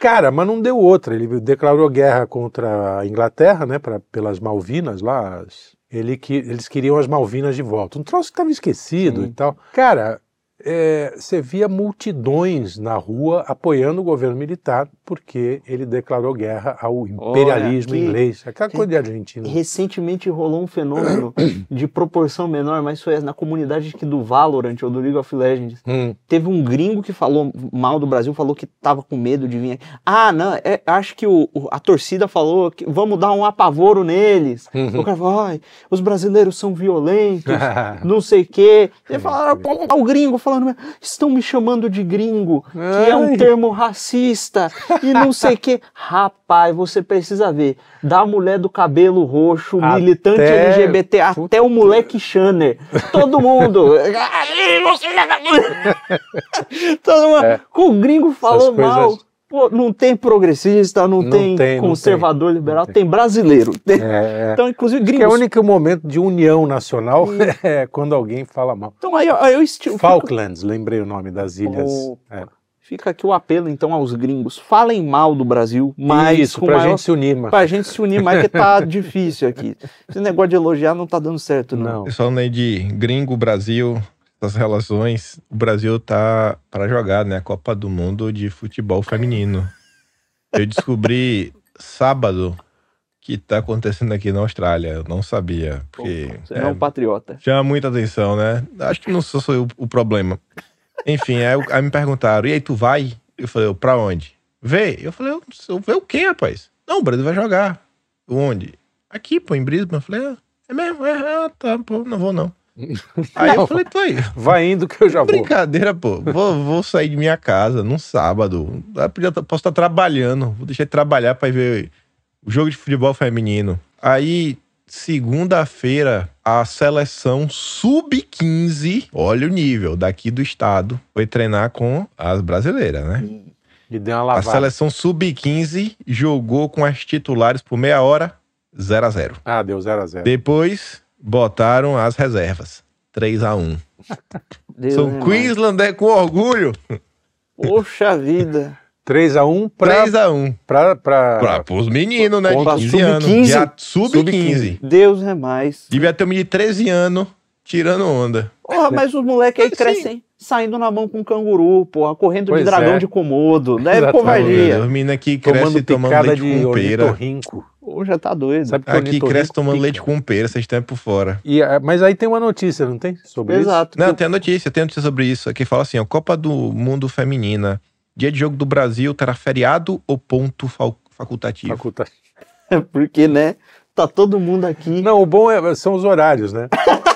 Cara, mas não deu outra. Ele declarou guerra contra a Inglaterra, né, pra, pelas Malvinas lá. as- Ele que, eles queriam as Malvinas de volta. Um troço que estava esquecido Sim. e tal. Cara, é, você via multidões na rua apoiando o governo militar porque ele declarou guerra ao imperialismo que- inglês. Aquela que- coisa de Argentina. recentemente rolou um fenômeno de proporção menor, mas foi na comunidade que do Valorant ou do League of Legends. Hum, Teve um gringo que falou mal do Brasil, falou que tava com medo de vir aqui. Ah, não, é- acho que o- o- a torcida falou que vamos dar um apavoro neles. Uhum. O cara falou, "Ai, os brasileiros são violentos, não sei o quê. É. E falaram, "Pô, o gringo falando, estão me chamando de gringo, que é um Ai. termo racista e não sei o quê. Rapaz, você precisa ver, da mulher do cabelo roxo, Até- militante LGBT, até o moleque Shanner, todo mundo. Aí, você- todo mundo. É. Com o gringo falou Essas coisas- mal. Pô, não tem progressista, não, Não tem, tem, não conservador liberal, tem. tem. brasileiro. é, é. Então, inclusive, Que é o gringos. único momento de união nacional é quando alguém fala mal. Então aí, ó, eu esti- Falklands, lembrei o nome das ilhas. O- É. Fica aqui o apelo, então, aos gringos. Falem mal do Brasil, mas Isso, com pra maior... gente se unir, mas... pra gente se unir mais, que tá difícil aqui. Esse negócio de elogiar não tá dando certo, não. Não. Vocês falando aí de gringo, Brasil, essas relações. O Brasil tá pra jogar, né? A Copa do Mundo de futebol feminino. Eu descobri sábado que tá acontecendo aqui na Austrália. Eu não sabia. Porque Você é, não é um patriota. chama muita atenção, né? Acho que não sou, sou eu o problema. Enfim, aí, eu- aí me perguntaram: e aí, tu vai? Eu falei: "Eu, pra onde? Vê? Eu falei: eu, eu vê o quê, rapaz? Não, o Brasil vai jogar. Onde? Aqui, pô, em Brisbane. Eu falei: "Ah, é mesmo? É, ah, tá, pô, não vou não. Aí eu falei: tu aí, Vai indo que eu já vou. Brincadeira, pô. Vou, vou sair de minha casa num sábado. Ah, podia tá- Posso estar trabalhando. Vou deixar de trabalhar para ver o jogo de futebol feminino. Aí, segunda-feira, a seleção sub-15, olha o nível, daqui do estado, foi treinar com as brasileiras, né? Me deu uma A lavada. seleção sub-15 jogou com as titulares por meia hora, 0 a 0 Ah, deu 0 a 0 Depois, botaram as reservas, 3 a 1 Deus, São né, mano? Queensland é com orgulho. Poxa vida. 3x1 pra, 3x1. pra, pra, Pra, pros meninos, né? Pra De 15 anos. sub-15. Já Sub-15. Deus é mais. Devia ter um de 13 anos tirando onda. É. Porra, mas os moleques aí Assim. crescem saindo na mão com canguru, porra, correndo Pois de dragão é. de comodo. Deve Exatamente. covardia. Os meninos aqui tomando crescem tomando picada leite de com pera. ornitorrinco. Hoje já tá doido. Sabe que Aqui cresce ornitorrinco tomando pica? leite com pera, vocês estão aí por fora. E, ah, mas aí tem uma notícia, não tem? Sobre Exato. Não, tem a notícia, tem a notícia sobre isso. Aqui fala assim: ó, Copa do Mundo Feminina. Dia de jogo do Brasil terá feriado ou ponto fal- isso? facultativo? Faculta- Porque, né? Tá todo mundo aqui. Não, o bom é- são os horários, né?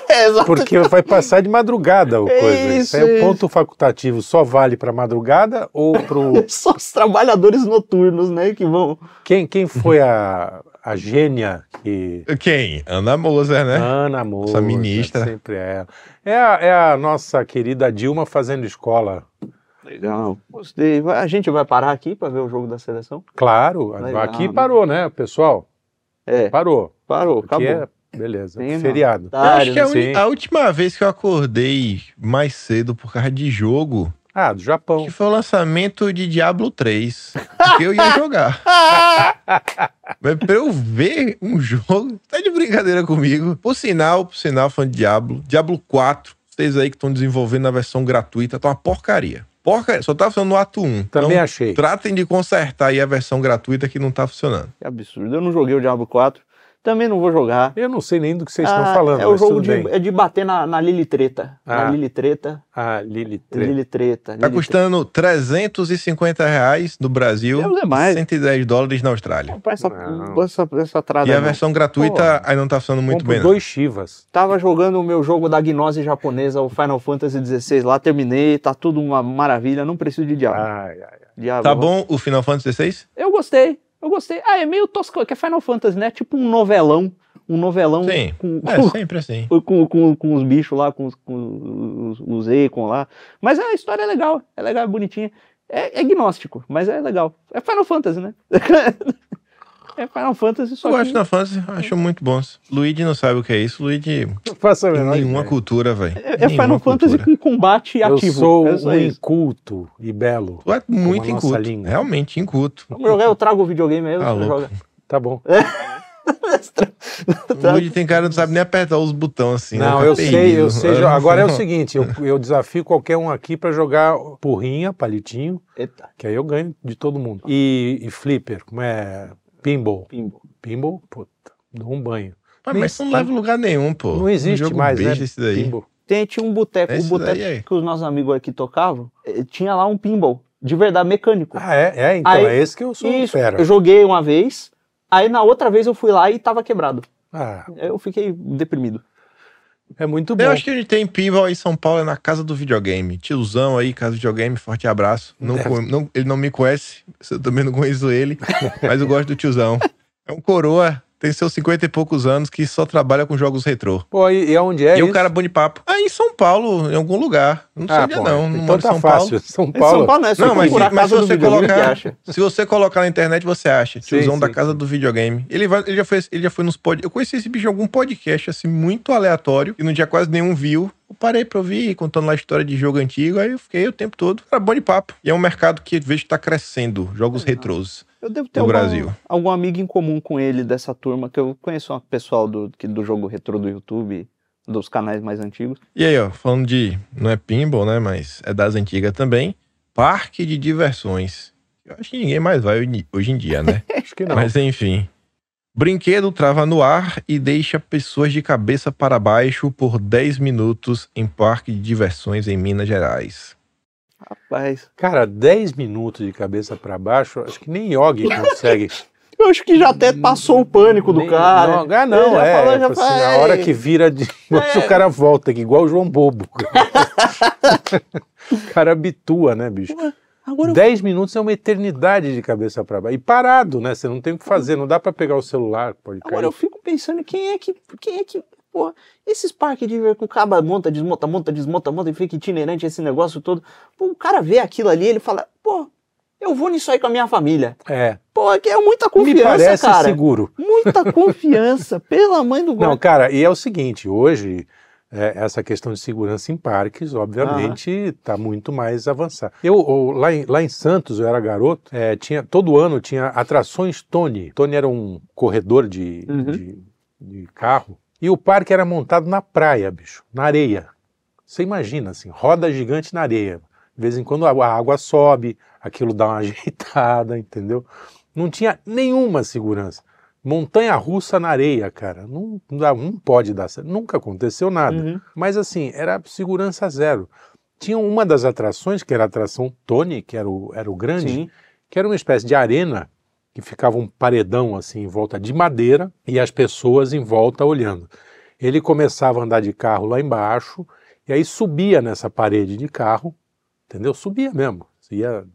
É, exato. Porque vai passar de madrugada o É coisa. Isso, isso, aí o isso. ponto facultativo só vale pra madrugada ou pro Só os trabalhadores noturnos, né? Que vão. quem quem foi a, a gênia que Quem? Ana Moser, né? Ana Moura, Essa ministra. sempre é ela. É a, é a nossa querida Dilma fazendo escola. Legal. Gostei. Vai- A gente vai parar aqui pra ver o jogo da seleção? Claro, a- Legal, aqui né? parou, né, pessoal? É, Parou. parou, Porque acabou. é- beleza, Tem, não. Tá. feriado. Eu acho que é a, Ah, não uni- sei. a última vez que eu acordei mais cedo por causa de jogo, Ah, do Japão. que foi o lançamento de Diablo 3. Porque eu ia jogar. Mas pra eu ver um jogo, tá de brincadeira comigo. Por sinal, por sinal, fã de Diablo, Diablo 4, vocês aí que estão desenvolvendo na versão gratuita, tá uma porcaria. Porcaria, só tá funcionando no ato 1. Também então, achei. tratem de consertar aí a versão gratuita que não tá funcionando. Que absurdo. Eu não joguei o Diablo 4. Também não vou jogar. Eu não sei nem do que vocês Ah, estão falando. é o mas jogo tudo de, bem. é de bater na, na Lili Treta. Ah. Na Lili Treta. Ah, Lili Tre- Lili Treta. Tá Lili custando 350 reais no Brasil, Deus é mais. 110 dólares na Austrália. Treta. Pra essa, Não. pra essa, pra essa trada. E a não. versão gratuita Porra. aí não tá funcionando muito Compro bem. não. dois Chivas. Tava jogando o meu jogo da gnose japonesa, o Final Fantasy XVI lá, terminei, tá tudo uma maravilha, não preciso de diabo. Ai, ai. diabo Tá bom o Final Fantasy XVI? Eu gostei, eu gostei. Ah, é meio tosco, que é Final Fantasy, né? Tipo um novelão, um novelão Sim. com, É, sempre assim. com, com, com- com os bichos lá, com, os- com os, os Akon lá. Mas a história é legal, é legal, é bonitinha. É, é gnóstico, mas é legal. É Final Fantasy, né? é Final Fantasy, só Eu que... gosto de Final Fantasy, acho muito bons. Luigi não sabe o que é isso. Luigi Não faço a tem menor nenhuma ideia. cultura, velho. É é Final Fantasy com combate Eu ativo. sou é só um isso. inculto e belo. Tu é muito a nossa inculto. língua. Realmente inculto. Vamos jogar, eu trago o videogame aí, Tá você louco. joga. Tá bom. O Luigi tem cara que não sabe nem apertar os botões assim. né? Tá. não, Tá eu perdido. sei, eu sei. jo- não Agora é o sei, seguinte, eu, eu desafio qualquer um aqui pra jogar porrinha, palitinho, Eita, que aí eu ganho de todo mundo. E, e flipper, como é? Pinball. pimbo. Pinball, puta, dou um banho. não. Mas, mas isso não leva a lugar nenhum, pô. Não existe um jogo mais, besta né? esse daí. Pinball. Tem, tinha um boteco, É o isso boteco daí, é. que os nossos amigos aqui tocavam, eh, tinha lá um pinball, de verdade, mecânico. Ah, é? É, então Aí- é esse que eu um sou Isso, fera. eu joguei uma vez, aí na outra vez eu fui lá e tava quebrado. Ah, Eu fiquei deprimido. é muito bom. Eu acho que a gente tem pinball aí em São Paulo, é na casa do videogame. Tiozão aí, casa do videogame, forte abraço. Não, Deve- co- não- ele não me conhece, eu também não conheço ele, mas eu gosto do tiozão. É um coroa, tem seus 50 e poucos anos, que só trabalha com jogos retrô. Pô, e, e onde é e isso? o cara bom de papo. Ah, em São Paulo, em algum lugar. Não sei ah, onde é pô, não. Não então moro em tá São Paulo. fácil. São Paulo. São Paulo, né? Não, mas, procurar a mas se casa do você videogame, que colocar. né? acha. Se você colocar na internet, você acha. Sim, Tiozão da sim, casa sim. do videogame. Ele, vai, ele, já foi, ele já foi nos pod. Eu conheci esse bicho em algum podcast, assim, muito aleatório. E não tinha quase nenhum view. Eu parei pra ouvir, contando lá a história de jogo antigo. Aí eu fiquei o tempo todo. Era bom de papo. E é um mercado que eu vejo que tá crescendo. Jogos retrôs. Eu devo ter Do algum, Brasil. algum amigo em comum com ele dessa turma, que eu conheço um pessoal do, que- do jogo retrô do YouTube, dos canais mais antigos. E aí, ó, falando de. Não é pinball, né? Mas é das antigas também. Parque de diversões. Eu acho que ninguém mais vai hoje em dia, né? Acho que não. Mas enfim. Brinquedo trava no ar e deixa pessoas de cabeça para baixo por 10 minutos em parque de diversões em Minas Gerais. Rapaz, Cara, 10 minutos de cabeça pra baixo, acho que nem Yogi consegue. eu acho que já até passou o pânico do Nem- cara. Não, ah, não, Ele já é. falou, já assim, falou, na "Ei". É. hora que vira de. Mas o cara volta aqui, igual o João Bobo. o cara habitua, né, bicho? Agora eu 10 minutos é uma eternidade de cabeça pra baixo. E parado, né? Você não tem o que fazer, não dá pra pegar o celular, pode cair. Agora um eu fico pensando quem é que. Quem é que. Porra, esses parques de ver que o caba monta, desmonta, monta, desmonta, monta e fica itinerante esse negócio todo. Pô, o cara vê aquilo ali, ele fala, pô, eu vou nisso aí com a minha família. É. Pô, que é muita Me confiança, parece cara. seguro. Muita confiança, pela mãe do Não, gol. cara, e é o seguinte, hoje é, essa questão de segurança em parques, obviamente, está muito mais avançada. Eu, o- lá, em, lá em Santos, eu era garoto, é, tinha, todo ano tinha atrações Tony. Tony era um corredor de, Uhum. de- de carro. E o parque era montado na praia, bicho, na areia. Você imagina, assim, roda gigante na areia. De vez em quando a a água sobe, aquilo dá uma ajeitada, entendeu? Não tinha nenhuma segurança. Montanha russa na areia, cara. Não, dá- não pode dar certo. Nunca aconteceu nada. Uhum. Mas assim, era segurança zero. Tinha uma das atrações, que era a atração Tony, que era o, era o grande, Sim. que era uma espécie de arena que ficava um paredão assim em volta de madeira e as pessoas em volta olhando. Ele começava a andar de carro lá embaixo e aí subia nessa parede de carro, entendeu? Subia mesmo. Ia,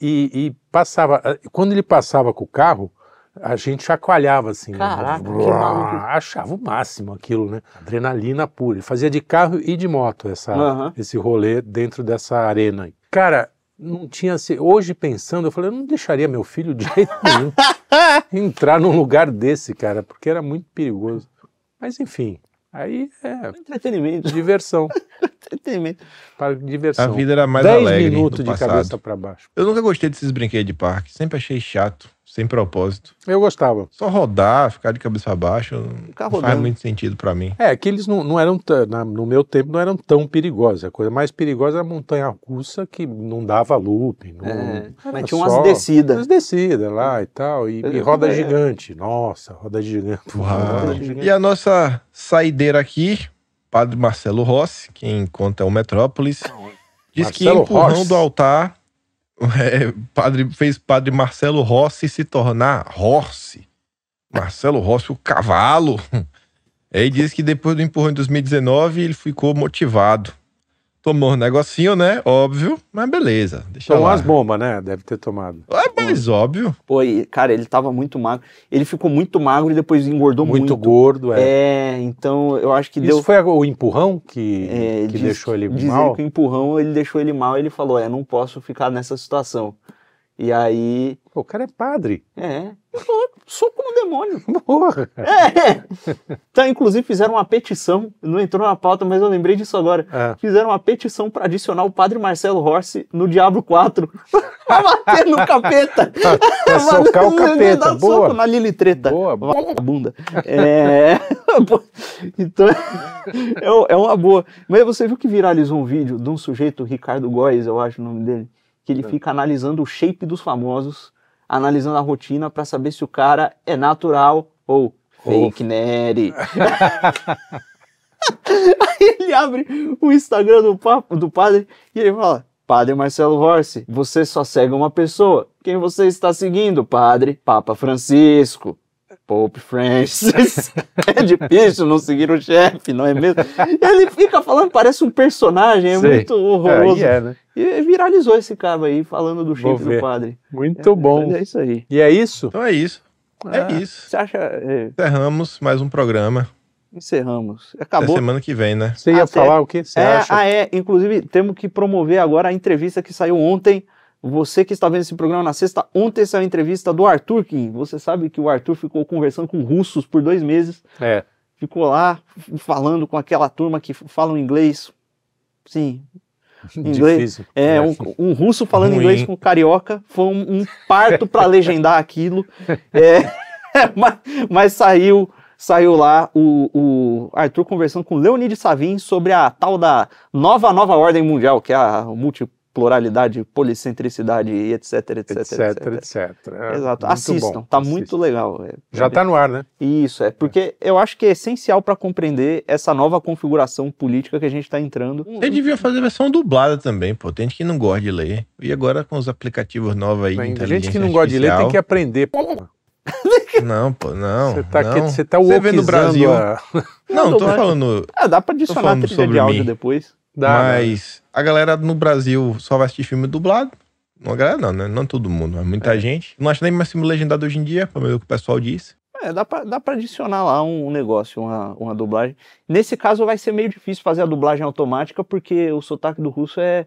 e, e passava. eh, Quando ele passava com o carro, a gente chacoalhava assim. né? Caraca, que Brrr, maluco. Achava o máximo aquilo, né? Adrenalina pura. Ele fazia de carro e de moto essa, Aham. esse rolê dentro dessa arena. aí. Cara, não tinha. se- Hoje pensando, eu falei, eu não deixaria meu filho de jeito nenhum entrar num lugar desse, cara, porque era muito perigoso. Mas enfim, aí é Entretenimento, diversão, entretenimento. para diversão. A vida era mais 10 alegre minutos no de passado. cabeça para baixo. Eu nunca gostei desses brinquedos de parque. Sempre achei chato, sem propósito. Eu gostava. Só rodar, ficar de cabeça pra baixo, não Tá Ficar faz rodando. muito sentido pra mim. É, que eles não, não eram, tã- na- no meu tempo, não eram tão perigosos. A coisa mais perigosa era a montanha russa, que não dava looping. Não, É, era mas tinha umas só- descidas. É. Umas descidas lá e tal. E, e roda gigante. Nossa, roda gigante. Uau. Roda E gigante. a nossa saideira aqui, Padre Marcelo Rossi, quem conta é o Metrópolis, diz que Marcelo empurrão Rossi. do altar é, padre, fez Padre Marcelo Rossi se tornar Rossi. Marcelo Rossi, o cavalo. Aí diz que depois do empurrão em 2019, ele ficou motivado. Tomou um negocinho, né? Óbvio, mas beleza. Deixa Tomou lá. as bombas, né? Deve ter tomado. É mais óbvio. Pô, e, cara, ele tava muito magro. Ele ficou muito magro e depois engordou muito. Muito, gordo, é. É, então eu acho que Isso deu. foi a- o empurrão que, É, que diz- deixou ele diz mal? que o empurrão ele deixou ele mal e ele falou: É, não posso ficar nessa situação. E aí. Pô, o cara é padre. É. Soco no um demônio. Porra. É! Tá, inclusive fizeram uma petição, não entrou na pauta, mas eu lembrei disso agora. É. Fizeram uma petição pra adicionar o padre Marcelo Rossi no Diablo 4 pra bater no capeta. Pra socar o Dá capeta. um Boa. soco na Lili Treta. Boa, boa. Vagabunda. É. pô, então, é, um- é uma boa. Mas você viu que viralizou um vídeo de um sujeito, Ricardo Góes, eu acho o nome dele, que É. ele fica analisando o shape dos famosos, analisando a rotina pra saber se o cara é natural ou Ou- fake nerd. Aí ele abre o Instagram do, papo, do padre e ele fala. Padre Marcelo Horse, você só segue uma pessoa. Quem você está seguindo, padre? Papa Francisco. Pope Francis. É difícil não seguir o chefe, não é mesmo? Ele fica falando, parece um personagem, é Sei. muito horroroso. É, e é, né? E viralizou esse cara aí falando do Vou chefe ver. do padre. Muito Mas bom. É isso aí. E é isso? Então é isso. Ah, É isso. Você acha. é, Encerramos mais um programa. encerramos. Até Acabou. semana que vem, né? Você ia Até- falar o que você É, acha? ah, é. Inclusive, temos que promover agora a entrevista que saiu ontem. Você que está vendo esse programa na sexta, ontem saiu a entrevista do Arthur Kim. Você sabe que o Arthur ficou conversando com russos por dois meses. É. Ficou lá falando com aquela turma que falam inglês. Sim. Inglês. Difícil. É, um, um russo falando Ruim. inglês com carioca. Foi um, um parto para legendar aquilo. É, mas, mas saiu. Saiu lá o, o Arthur conversando com Leonid Savin sobre a tal da nova, nova ordem mundial, que é a multipluralidade, policentricidade e etc, etc, etc, etc. etc. É, Exato. muito Assistam, bom. tá Assistam. muito legal. é. Já tá no ar, né? Isso, é porque eu acho que é essencial para compreender essa nova configuração política que a gente está entrando. Você devia fazer versão dublada também, pô. Tem gente que não gosta de ler. E agora com os aplicativos novos aí. de Tem gente inteligência que não gosta de ler, tem que artificial. aprender. Não, pô, não. Você tá, não. aqui- você tá Você vê no wokizando Brasil. a- Não, tô dublagem. falando. Ah, dá para adicionar falando trilha de sobre áudio mim. depois. da- mas a galera no Brasil só vai assistir filme dublado. Não, a galera não, né? Não todo mundo, mas muita É. gente. Não acho nem mais filme legendado hoje em dia, pelo menos o que o pessoal disse. É, dá pra, dá pra adicionar lá um negócio, uma, uma dublagem. Nesse caso vai ser meio difícil fazer a dublagem automática, porque o sotaque do russo é,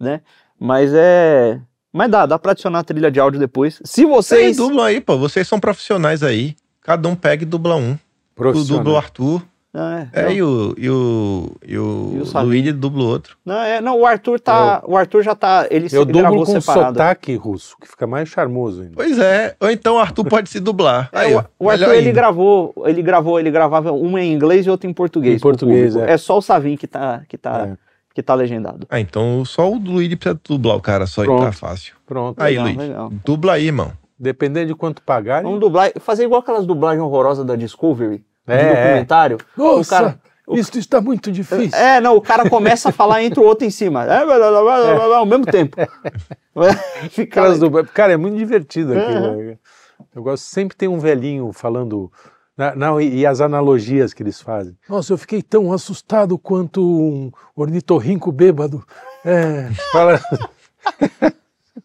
né? Mas é... Mas dá, dá pra adicionar a trilha de áudio depois. Se Vocês vocês... dublam aí, pô. Vocês são profissionais aí. Cada um pega e dubla um. Tu Profissional. dubla o Arthur. Não, é. É, e o, e o, e o, E o Samir. Luigi dubla o outro. Não, é, não, o Arthur tá. O Arthur já tá. Ele Eu sempre dublo gravou com separado. sotaque russo, que fica mais charmoso ainda. Pois é. Ou então o Arthur pode se dublar. É, Aí, o- ó, o Arthur melhor ele ainda. gravou, ele gravou, ele gravava uma em inglês e outra em português. Em português, pro público. é. só o Savin que tá, que tá, É, que tá legendado. Ah, então só o Luigi precisa dublar o cara só e Pronto. tá fácil. pronto. Aí, Legal, Luigi. legal. Dubla aí, irmão. Dependendo de quanto pagarem. Vamos dublar, fazer igual aquelas dublagens horrorosas da Discovery, de É, é. documentário. Nossa, O cara- isso está muito difícil. É, não, o cara começa a falar entre o outro em cima. É, blá, blá, blá, blá, blá, blá, ao mesmo tempo. Fica Aquelas dubla- Cara, é muito divertido aquilo. né? Eu gosto, sempre tem um velhinho falando. na- na- e e as analogias que eles fazem. Nossa, eu fiquei tão assustado quanto um ornitorrinco bêbado. É, fala.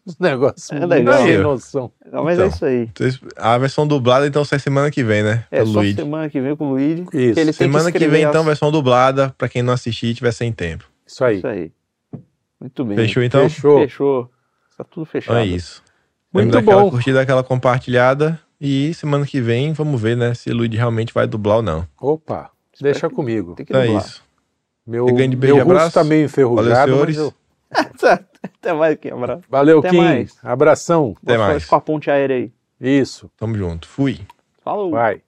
Os negócios É legal. sem noção. Não, mas é Então. isso aí. Vocês- A versão dublada então sai semana que vem, né? É, Pelo só Luigi. semana que vem com o Luigi. Isso, que ele tem Semana que, escrever vem, então, as- versão dublada, pra quem não assistir e tiver sem tempo. Isso aí. Isso aí. Muito bem. Fechou, então? Fechou. Fechou. Tá tudo Então fechado. É isso. Vamos Muito dar aquela bom. curtida, aquela compartilhada. E semana que vem, vamos ver, né, se o Luigi realmente vai dublar ou não. Opa, deixa comigo. Tem que Então é dublar. isso. Meu, Um grande beijo meu e abraço. rosto tá meio enferrujado. Valeu, mas senhores. eu- Até mais, quebrar. Valeu, Até Kim. mais. Abração. Até mais. com a ponte aérea aí. Isso. Tamo junto. Fui. Falou. Vai.